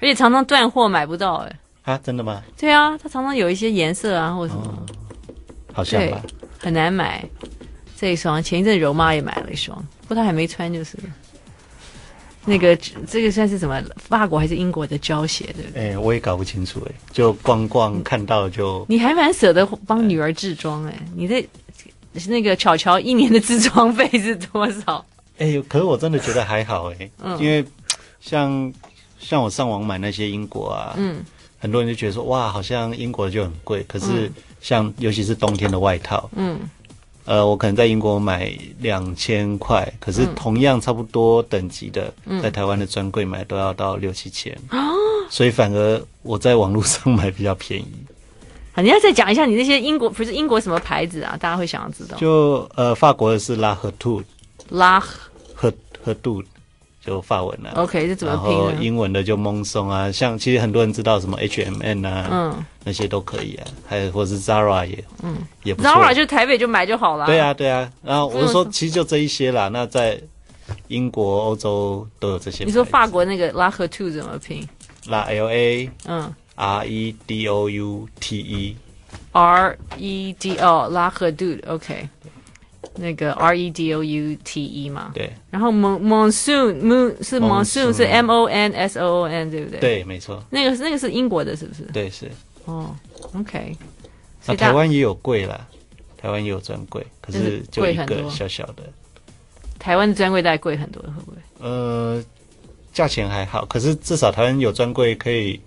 而且常常断货买不到。哎，啊，真的吗？对啊，它常常有一些颜色啊或者什么，哦，好像吧，很难买。这一双前一阵柔妈也买了一双，不过她还没穿就是了。那个这个算是什么？法国还是英国的胶鞋，对不对？哎、我也搞不清楚、哎，就逛逛看到就，你还蛮舍得帮女儿置装哎、你的那个巧巧一年的置装费是多少？哎、可是我真的觉得还好、哎、嗯因为像像我上网买那些英国啊，嗯，很多人就觉得说，哇，好像英国就很贵，可是像尤其是冬天的外套，嗯，呃，我可能在英国买两千块，可是嗯同样差不多等级的，在台湾的专柜买都要到六七千，啊所以反而我在网络上买比较 便宜。啊，你要再讲一下你那些英国不是英国什么牌子啊？大家会想要知道。就呃，法国的是拉和兔拉和和杜，就法文啊。 ，OK，这怎哦么然后拼呢？英文的就蒙松啊，像其实很多人知道什么 H M N 啊，嗯那些都可以啊，还有或是 Zara 也，嗯，也不错。 ，Zara 就台北就买就好了。对，啊，对啊。然后我就说嗯，其实就这一些啦。那在英国、欧洲都有这些牌子。你说法国那个拉和 two 怎么拼？拉 L A 嗯 R E D O U T E， ，R E D O 拉和 dude，OK，、那个 R E D O U T E 嘛。对然后 mon monsoon moon 是 monsoon 是 Monsoon M O N S O O N 对不对？。对，没错，那个是那个是英国的，是不是？对是。哦，OK，所那以大台湾也有贵啦，台湾也有专柜，可就是是就贵一很个多小小的，台湾的专柜大概贵很多，会不会？呃，价钱还好，可是至少台湾有专柜可以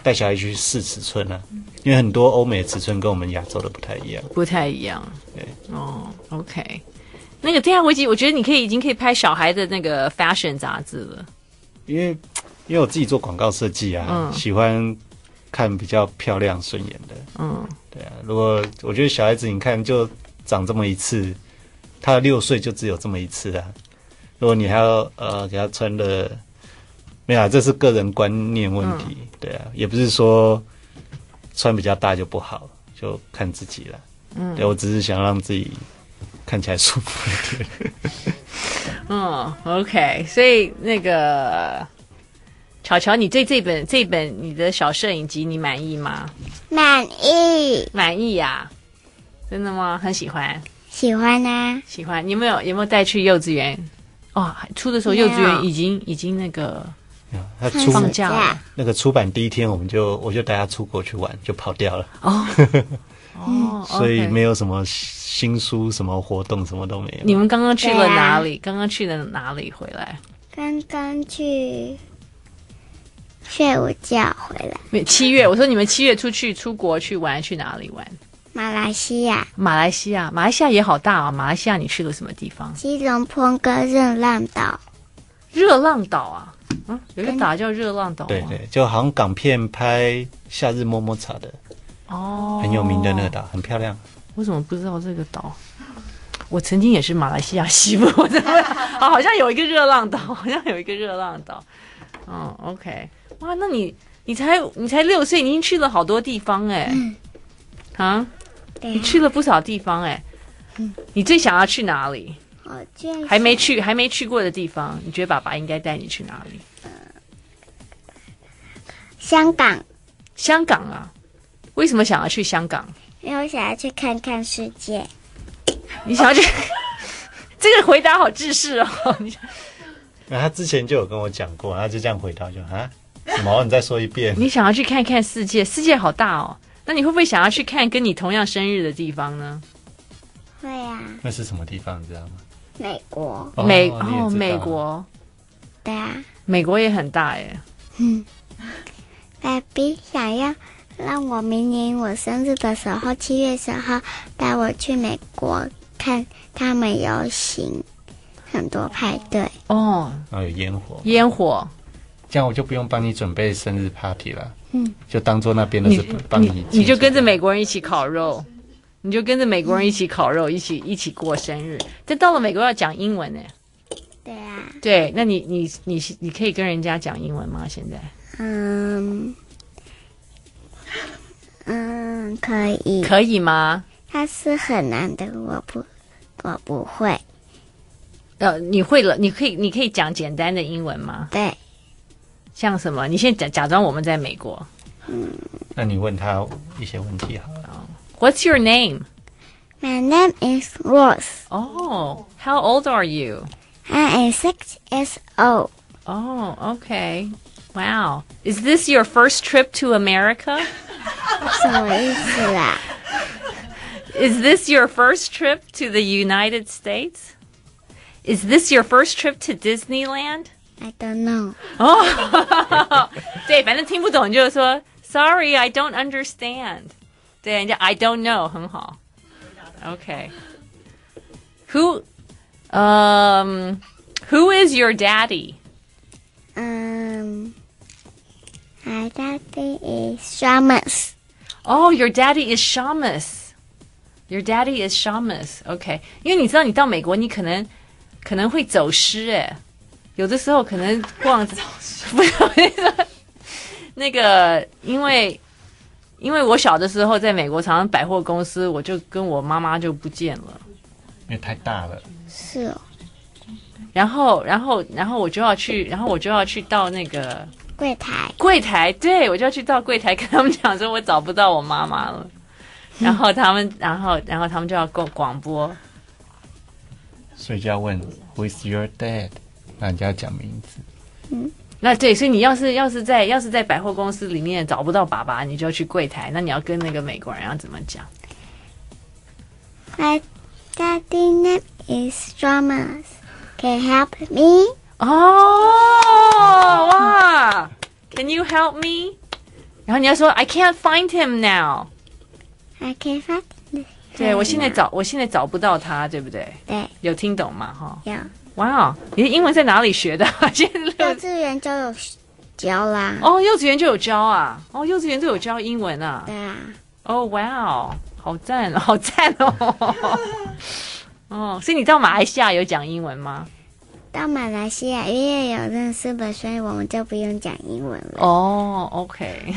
带小孩去试尺寸啊，因为很多欧美的尺寸跟我们亚洲的不太一样。不太一样。对，哦，OK。那个《天下危机》，我觉得你可以已经可以拍小孩的那个 fashion 杂志了。因为因为我自己做广告设计啊，嗯喜欢看比较漂亮顺眼的。嗯，对啊，如果我觉得小孩子，你看就长这么一次，他六岁就只有这么一次啊。如果你还要呃给他穿的，没有、啊，这是个人观念问题。嗯对啊，也不是说穿比较大就不好，就看自己了。嗯，对我只是想让自己看起来舒服 一点。嗯，OK，所以那个巧巧，你对这本这本你的小摄影集你满意吗？满意，满意呀、真的吗？很喜欢，喜欢啊，喜欢。你有没有有没有带去幼稚园？哦，出的时候没有幼稚园已经已经那个没有啊他看出暑放假了假，那个出版第一天，我们就我就带他出国去玩，就跑掉了，哦，所以 OK 没有什么新书、什么活动，什么都没有。你们刚刚去对了啊哪里？刚刚去了哪里回来？刚刚去睡午觉回来，没七月，我说你们七月出去出国去玩，去哪里玩？马来西亚马来西亚，马来西亚也好大啊！马来西亚你去了什么地方？吉隆坡跟热浪岛，热浪岛啊，嗯，有一个岛叫热浪岛啊吗，对对，就好像港片拍《夏日摸摸茶》的，哦，很有名的那个岛，很漂亮。我怎么不知道这个岛？我曾经也是马来西亚西部， 我怎么啊好好像有一个热浪岛，好像有一个热浪岛。嗯，OK，哇，那你你才你才六岁，你已经去了好多地方哎、啊，对你啊，去了不少地方哎、你最想要去哪里？我最还没去还没去过的地方，你觉得爸爸应该带你去哪里？香港，香港啊？为什么想要去香港？因为我想要去看看世界。你想要去？ 这个回答好制式哦！你那他之前就有跟我讲过，他就这样回答，就啊，什么？你再说一遍。你想要去看看世界，世界好大哦。那你会不会想要去看跟你同样生日的地方呢？会啊， 那是什么地方？你知道吗？美国美你也知道哦，美国，的啊。美国也很大耶。爸比想要让我明年我生日的时候，七月十号带我去美国看他们游行，很多派对。哦，然后有烟火，烟火，这样我就不用帮你准备生日 party 了。嗯，就当做那边的你是帮你你你就跟着美国人一起烤肉，你就跟着美国人一起烤嗯肉，一起一起过生日。但到了美国要讲英文呢。对啊，对，那你你你你可以跟人家讲英文吗？现在嗯嗯，可以。可以吗？它是很难的，我不我不会。呃，你会了，你可以你可以讲简单的英文吗？对，像什么？你现在假假装我们在美国。那你问他一些问题好了。 What's your name? My name is Rose. Oh, how old are you? I am six years old. Oh, okay. Wow. Is this your first trip to America? 什么意思啦？ Is this your first trip to the United States? Is this your first trip to Disneyland? I don't know. 对，反正听不懂就是说 Sorry, I don't understand。对，人家 I don't know 很好。OK。Who, um, who is your daddy? Um, my daddy is Shamus. Oh, your daddy is Shamus. Your daddy is Shamus. OK，因为你知道，你到美国，你可能可能会走失哎，有的时候可能逛不是我跟你说 那个，因为因为我小的时候在美国，常常百货公司，我就跟我妈妈就不见了。因为太大了，是哦，然后，然后，然后我就要去，然后我就要去到那个柜台柜台，对我就要去到柜台跟他们讲说，我找不到我妈妈 了。然后他们，然后，然后他们就要广广播，所以就要问 Who's your dad？那你就要讲名字。那对，所以你要是要是在要是在百货公司里面找不到爸爸，你就要去柜台，那你要跟那个美国人要怎么讲？ ，My daddy name is Shamus. Can you help me? 哦，哇，Can you help me？然后你要说 I can't find him now。 I can find. him. 对我现在找，我现在找不到他，对不对？对有听懂吗？哈，有哇，你的英文在哪里学的？ 现在幼六稚园就有教啦。哦，幼稚园就有教啊，哦，幼稚园就有教英文啊。对啊，哦，哇哦，好赞哦，好 赞哦！ 哦，所以你到马来西亚有讲英文吗？到马来西亚因为有认识的，所以我们就不用讲英文了。哦，OK，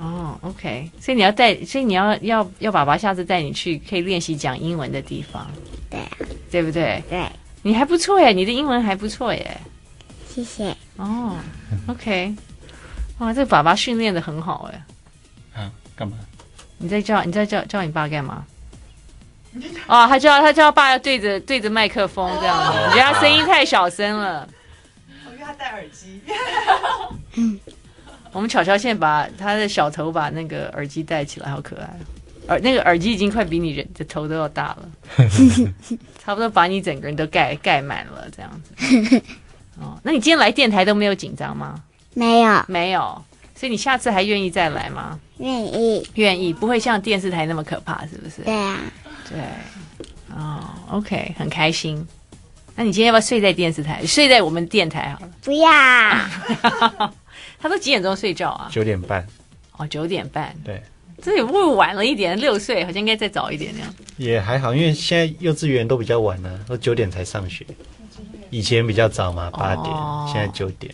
哦，OK，所以你要带，所以你要要要爸爸下次带你去可以练习讲英文的地方，对啊，对不对？对，你还不错耶，你的英文还不错耶。谢谢。哦，OK，哇，这爸爸训练的很好哎。啊，干嘛？你在叫你在叫叫你爸干嘛？哦，他叫他叫爸要对着对着麦克风这样子，你觉得他声音太小声了。我给他戴耳机。 我们巧巧现在把他的小头把那个耳机戴起来，好可爱哦。耳那个耳机已经快比你人的头都要大了， 差不多把你整个人都盖盖满了这样子。哦，那你今天来电台都没有紧张吗？没有，没有，所以你下次还愿意再来吗？愿意。愿意，不会像电视台那么可怕，是不是？对啊，对，哦，OK，很开心。那你今天要不要睡在电视台？睡在我们电台好不要。了。他都几点钟睡觉啊？九点半，哦，九点半。对，这也不会晚了一点，六岁好像应该再早一点那样。也还好，因为现在幼稚园都比较晚了、都九点才上学。以前比较早嘛，八点，哦现在九点，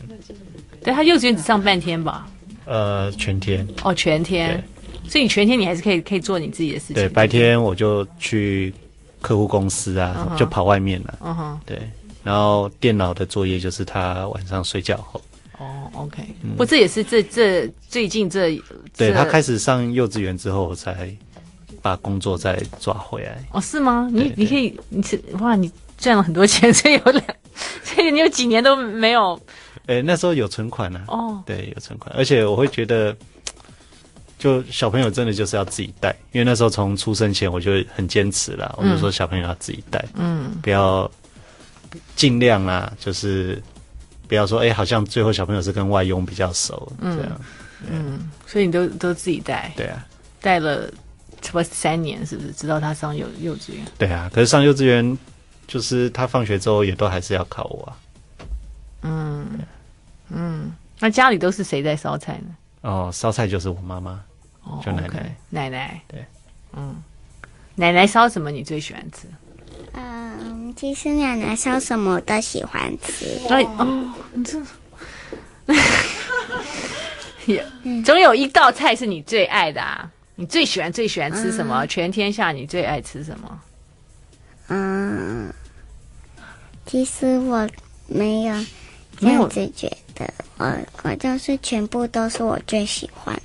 对他幼稚园只上半天吧？呃，全天。哦，全天。所以你全天你还是可以可以做你自己的事情。对，白。天我就去客户公司啊嗯哼就跑外面了、嗯哼，对，然后电脑的作业就是他晚上睡觉后，哦，OK。不，这也是这这最近这嗯对这他开始上幼稚园之后，我才把工作再抓回来。哦，是吗？你对你可以，你是哇，你赚了很多钱， 所以有两，所以你有几年都没有诶，那时候有存款啊，哦。对，有存款，而且我会觉得，就小朋友真的就是要自己带，因为那时候从出生前我就很坚持啦，我就说小朋友要自己带，嗯，不要尽量啦，就是不要说哎、诶好像最后小朋友是跟外佣比较熟，嗯这样，所以你都都自己带，对啊，带了差不多三年，是不是？直到他上幼幼稚园。对啊。可是上幼稚园，就是他放学之后也都还是要考我啊。嗯嗯，那家里都是谁在烧菜呢？哦，烧菜就是我妈妈，哦就奶奶 OK，奶奶。对，嗯，奶奶烧什么你最喜欢吃？嗯，其实奶奶烧什么我都喜欢吃。哎哦， 你这。也总有一道菜是你最爱的啊！你最喜欢最喜欢吃什么？全天下你最爱吃什么？嗯，其实我没有这没有样子觉得，我我就是全部都是我最喜欢。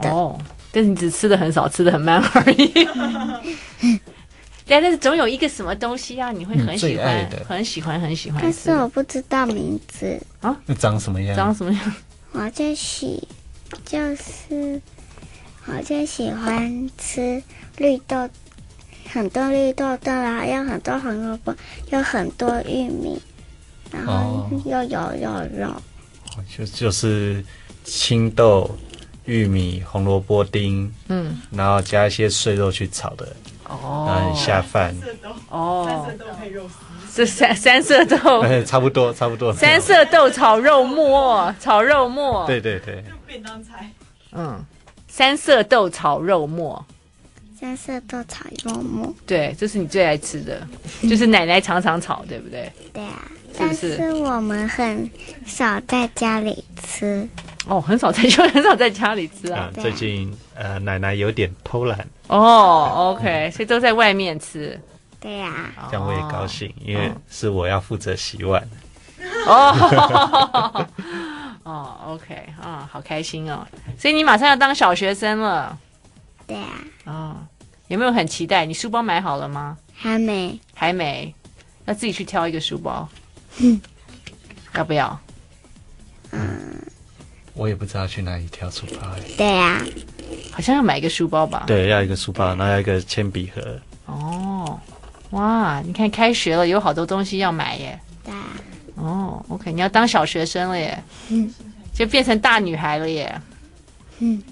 对哦，但是你只吃的很少，吃的很慢而已。对啊，但是总有一个什么东西啊，你会很喜嗯你最欢爱的，很喜欢，很喜欢但吃是。我不知道名字，那长什么样长？什么样？我最喜就是我最喜欢吃绿豆，很多绿豆豆，然后有很多红萝卜，有很多玉米，然后哦又有肉肉。就就是青豆、玉米、红萝卜丁，嗯，然后加一些碎肉去炒的，然哦后，下饭，色豆，哦色，豆配肉丝。这三三色 豆，哎，差不多，差不多。三色豆炒肉末，炒肉末， 对对对，便当菜，嗯，三色豆炒肉末，三色豆炒肉末，对，这是你最爱吃的，就是奶奶常常炒，对不对？对啊，是不但是是我们很少在家里吃，哦，很少在 就很少在家里吃啊啊。，最近呃，奶奶有点偷懒，哦，OK，所以都在外面吃。对啊呀、这样我也高兴，因为嗯是我要负责洗碗。哦，哦，OK，啊、好开心哦！所以你马上要当小学生了对呀、啊，哦，有没有很期待？你书包买好了吗？还没，还没，要自己去挑一个书包。要不要？我也不知道去哪里挑书包、哎对啊呀、好像要买一个书包吧？。对，要一个书包，然后要一个铅笔盒，哦，哇，你看开学了，有好多东西要买耶。对啊，哦，OK，你要当小学生了耶，嗯就变成大女孩了耶。嗯，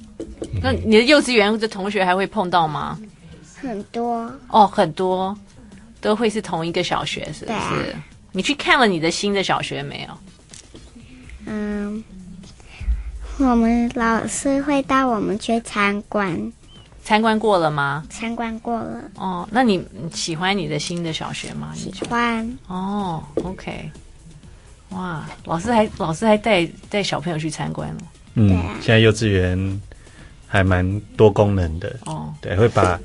那你的幼稚园的同学还会碰到吗？很多哦，很多都会是同一个小学，是不对啊是？你去看了你的新的小学没有？嗯，我们老师会带我们去参观，参观过了吗？参观过了，哦，那你你喜欢你的新的小学吗？你喜欢。哦，OK，哇，老师还老师还带带小朋友去参观了。嗯对啊，现在幼稚园还蛮多功能的，哦对，会把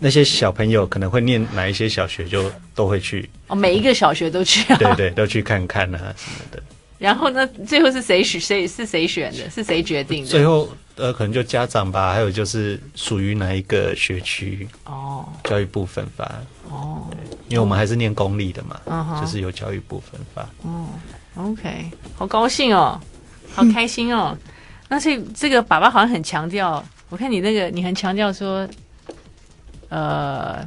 那些小朋友可能会念哪一些小学就都 会去，哦，每一个小学都去、啊。对对，都去看看啊什么的。 然后呢，最后是谁选谁是谁选的？是谁决定最的？后呃，可能就家长吧，还有就是属于哪一个学区哦教育部分发，哦因为我们还是念公立的嘛，嗯哼就是有教育部分发。哦，OK，好高兴哦，好开心 哦。那所以这个爸爸好像很强调，我看你那个你很强调说，呃，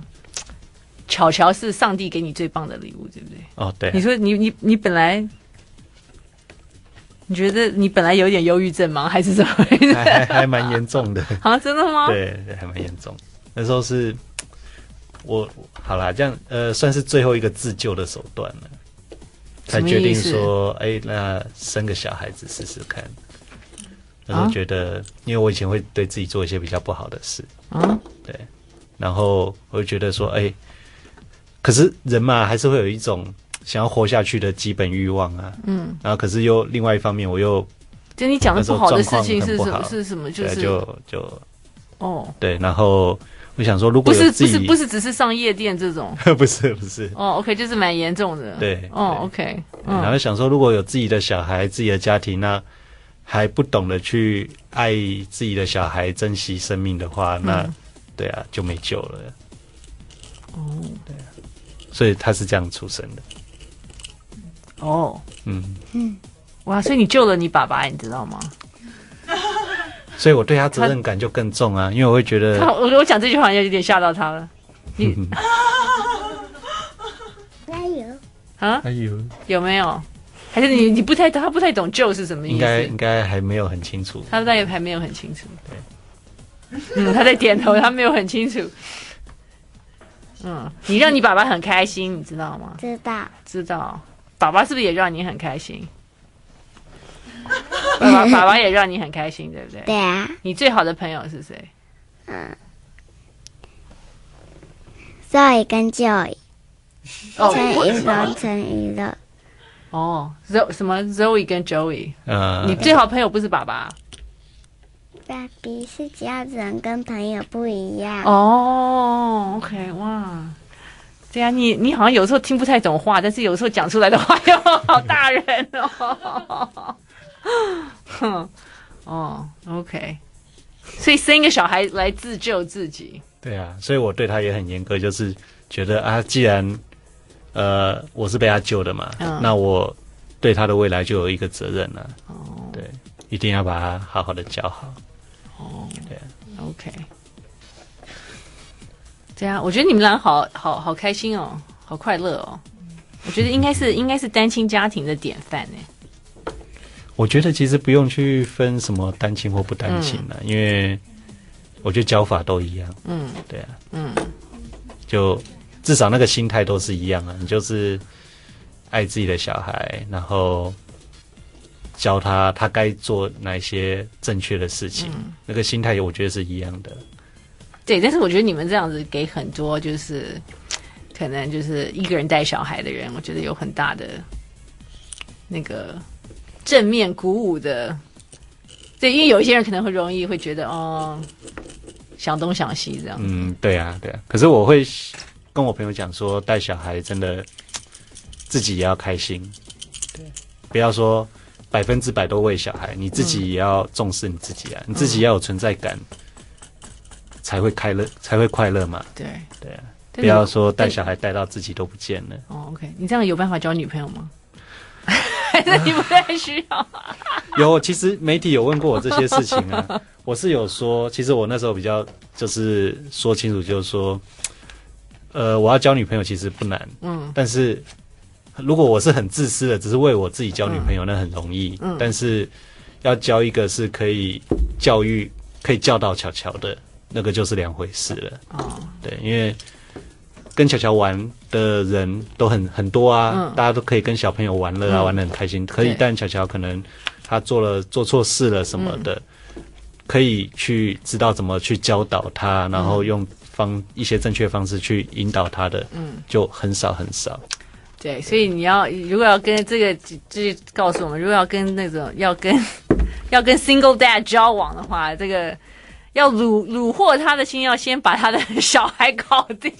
巧巧是上帝给你最棒的礼物，对不对？哦，对啊、你说你你你本来，你觉得你本来有点忧郁症吗？还是怎么回事？还还还蛮严重的， 啊，真的吗？哎对，对还蛮严重。那时候是我好啦，这样呃，算是最后一个自救的手段了，才什么决定意思说，哎、那生个小孩子试试看。那时啊候觉得，因为我以前会对自己做一些比较不好的事，啊，对，然后我就觉得说，哎、可是人嘛，还是会有一种想要活下去的基本欲望啊。嗯，然后，可是又另外一方面，我又就你讲的那时不候好的事状况情很是不什么？好是什么？对是就就哦，对，然后我想说，如不果是有不自己是不是只是上夜店这种 不是不是，哦，OK，就是蛮严重的。对哦对，OK，然嗯，后想说，如果有自己的小孩、自己的家庭，那还不懂得去爱自己的小孩、珍惜生命的嗯话，那、对啊，就没救了。哦，对啊，所以他是这样出生的。哦，嗯，哇，所以你救了你爸爸，你知道吗？所以我对他责任感就更重啊，因为我会觉他得， 我我讲这句话好像有点吓到他了加油！啊？哎呦，有没有？还是你你不太他不太懂救是什么意嗯应该思应？该还没有很清楚。他大概还没有很清楚。 嗯，他在点头，他没有很清楚。嗯，你让你爸爸很开心，你知道吗？知道，知道，爸爸是不是也让你很开 心？爸爸，爸爸也让你很开心，对不对？对啊，嗯你最好的朋友是谁？ Zoe 跟 Joy，哦陈一龙、陈一乐，哦，Zo 什么 Zoe 跟 Joey，、呃，你最好朋友不是爸爸爸比是只要人跟朋友不一样。哦，OK，哇，对啊，你你好像有时候听不太懂话，但是有时候讲出来的话又好 大人哦，哼， 哦，OK，所以生一个小孩来自救自己，对啊，所以我对他也很严格，就是觉得啊，既然呃我是被他救的嘛，嗯哦那我对他的未来就有一个责任了、对，一定要把他好好的教好。哦 OK，对啊，我觉得你们俩好好好开心哦，好快乐哦。我觉得应该是应该是单亲家庭的典范欸呢。我觉得其实不用去分什么单亲或不单亲了、因为我觉得教法都一样。嗯，对啊，嗯，就至少那个心态都是一样啊，你就是爱自己的小孩，然后教他他该做哪一些正确的事情，嗯那个心态我觉得是一样的。对，但是我觉得你们这样子给很多就是可能就是一个人带小孩的人，我觉得有很大的那个正面鼓舞的。对，因为有一些人可能会容易会觉得哦，想东想西这样。嗯，对啊，对啊。可是我会跟我朋友讲说，带小孩真的自己也要开心，对，不要说百分之百都为小孩，你自己也要重视你自己啊，你自己要有存在感，才会快乐，才会快乐嘛，对，对啊。但不你要说带但小孩带到自己都不见了，哦，OK，你这样有办法交女朋友吗？ 还是你不太需要？ 有，其实媒体有问过我这些事情啊，我是有说，其实我那时候比较就是说清楚，就是说，呃，我要交女朋友其实不难，嗯但是如果我是很自私的，只是为我自己交女朋友，那很容易。嗯但是要交一个是可以教育、可以教导巧巧的，那个就是两回事了。哦，对，因为跟巧巧玩的人都很很多啊，嗯大家都可以跟小朋友玩乐啊，嗯玩的很开心。可以对，但巧巧可能他做了做错事了什么的，嗯可以去知道怎么去教导他，然后用方一些正确的方式去引导他的，嗯就很少很少。对，所以你要如果要跟这个，就是告诉我们，如果要跟那种要跟 要跟 single dad 交往的话，这个要虏虏获他的心，要先把他的小孩搞定。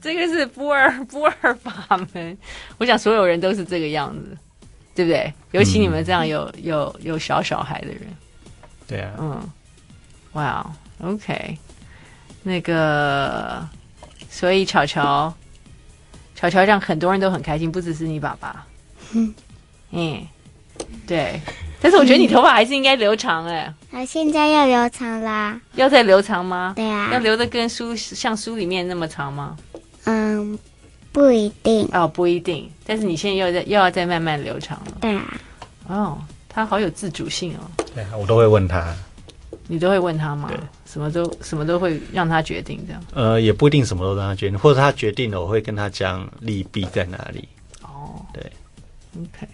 这个是波 尔波尔法门，我想所有人都是这个样子，对不对？尤其你们这样有、有有小小孩的人。对啊，嗯，哇、o k 那个，所以巧巧，巧巧让很多人都很开心，不只是你爸爸。嗯，对。但是我觉得你头发还是应该留长哎、啊，现在要留长啦。要再留长吗？对啊要，留的跟书像书里面那么长吗？嗯，不一定。哦，不一定。但是你现在又在又要再慢慢留长了。对啊，哦，他好有自主性哦。对啊，我都会问他，你都会问他吗对？什么都什么都会让他决定这样。呃，也不一定什么都让他决定，或者他决定了，我会跟他讲利弊在哪里。哦，对，OK，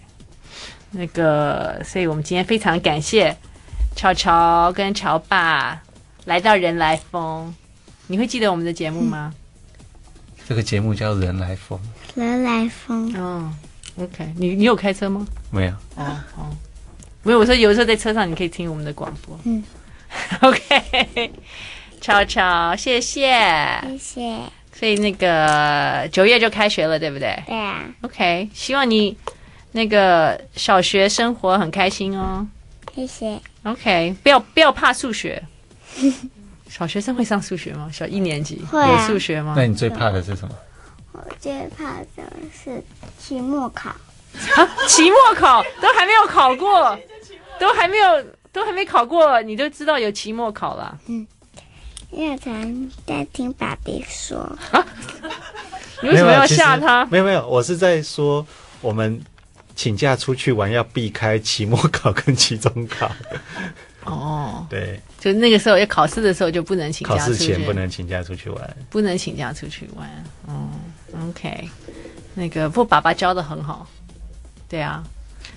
那个，所以我们今天非常感谢乔乔跟乔爸来到人来疯，你会记得我们的节目吗？这个节目叫《人来疯》，人来疯，嗯、o k 你你有开车吗？没有。哦哦，没有，我说有时候在车上你可以听我们的广播。嗯 ，OK，乔乔，谢谢。谢谢。所以那个九月就开学了，对不对对啊， ？OK，希望你那个小学生活很开心哦。谢谢。 OK，不要不要怕数学。 小学生会上数学吗？小一年级会啊有数学吗？你最怕的是什么？我最怕的是期末考。啊，期末考都还没有考过，都还没有都还没考过，你就知道有期末考了。因为常在听爸比说，你为什么要吓他？没有没有，我是在说我们请假出去玩要避开期末考跟期中考。哦， 对，就那个时候要考试的时候就不能请考假出试去，前不能请假出去玩。不能请假出去玩。嗯，OK，那个不，爸爸教的很好，对啊，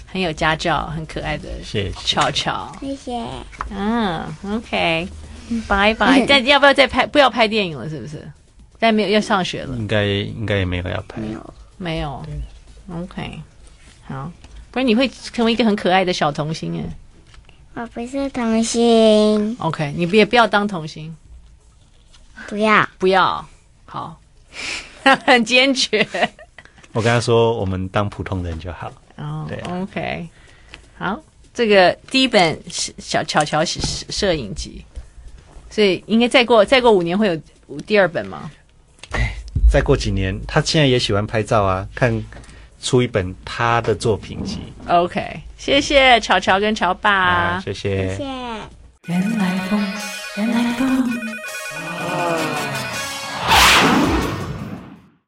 很有家教，很可爱的谢谢。巧巧。谢谢。嗯，OK，拜拜。但要不要再拍？不要拍电影了，是不是？但没有要上学了，应该应该也没有要拍，嗯没有，没有。OK，好，不然你会成为一个很可爱的小童星哎。我不是童星， OK，你也不要当童星，不要。不要。好，很坚决。我跟他说我们当普通人就好。哦对、啊 o k 好，这个第一本是小巧巧摄摄影集，所以应该再过再过五年会有第二本吗？哎再过几年，他现在也喜欢拍照啊，看出一本他的作品集 OK，谢谢巧巧跟乔爸。啊，谢谢谢。人来疯。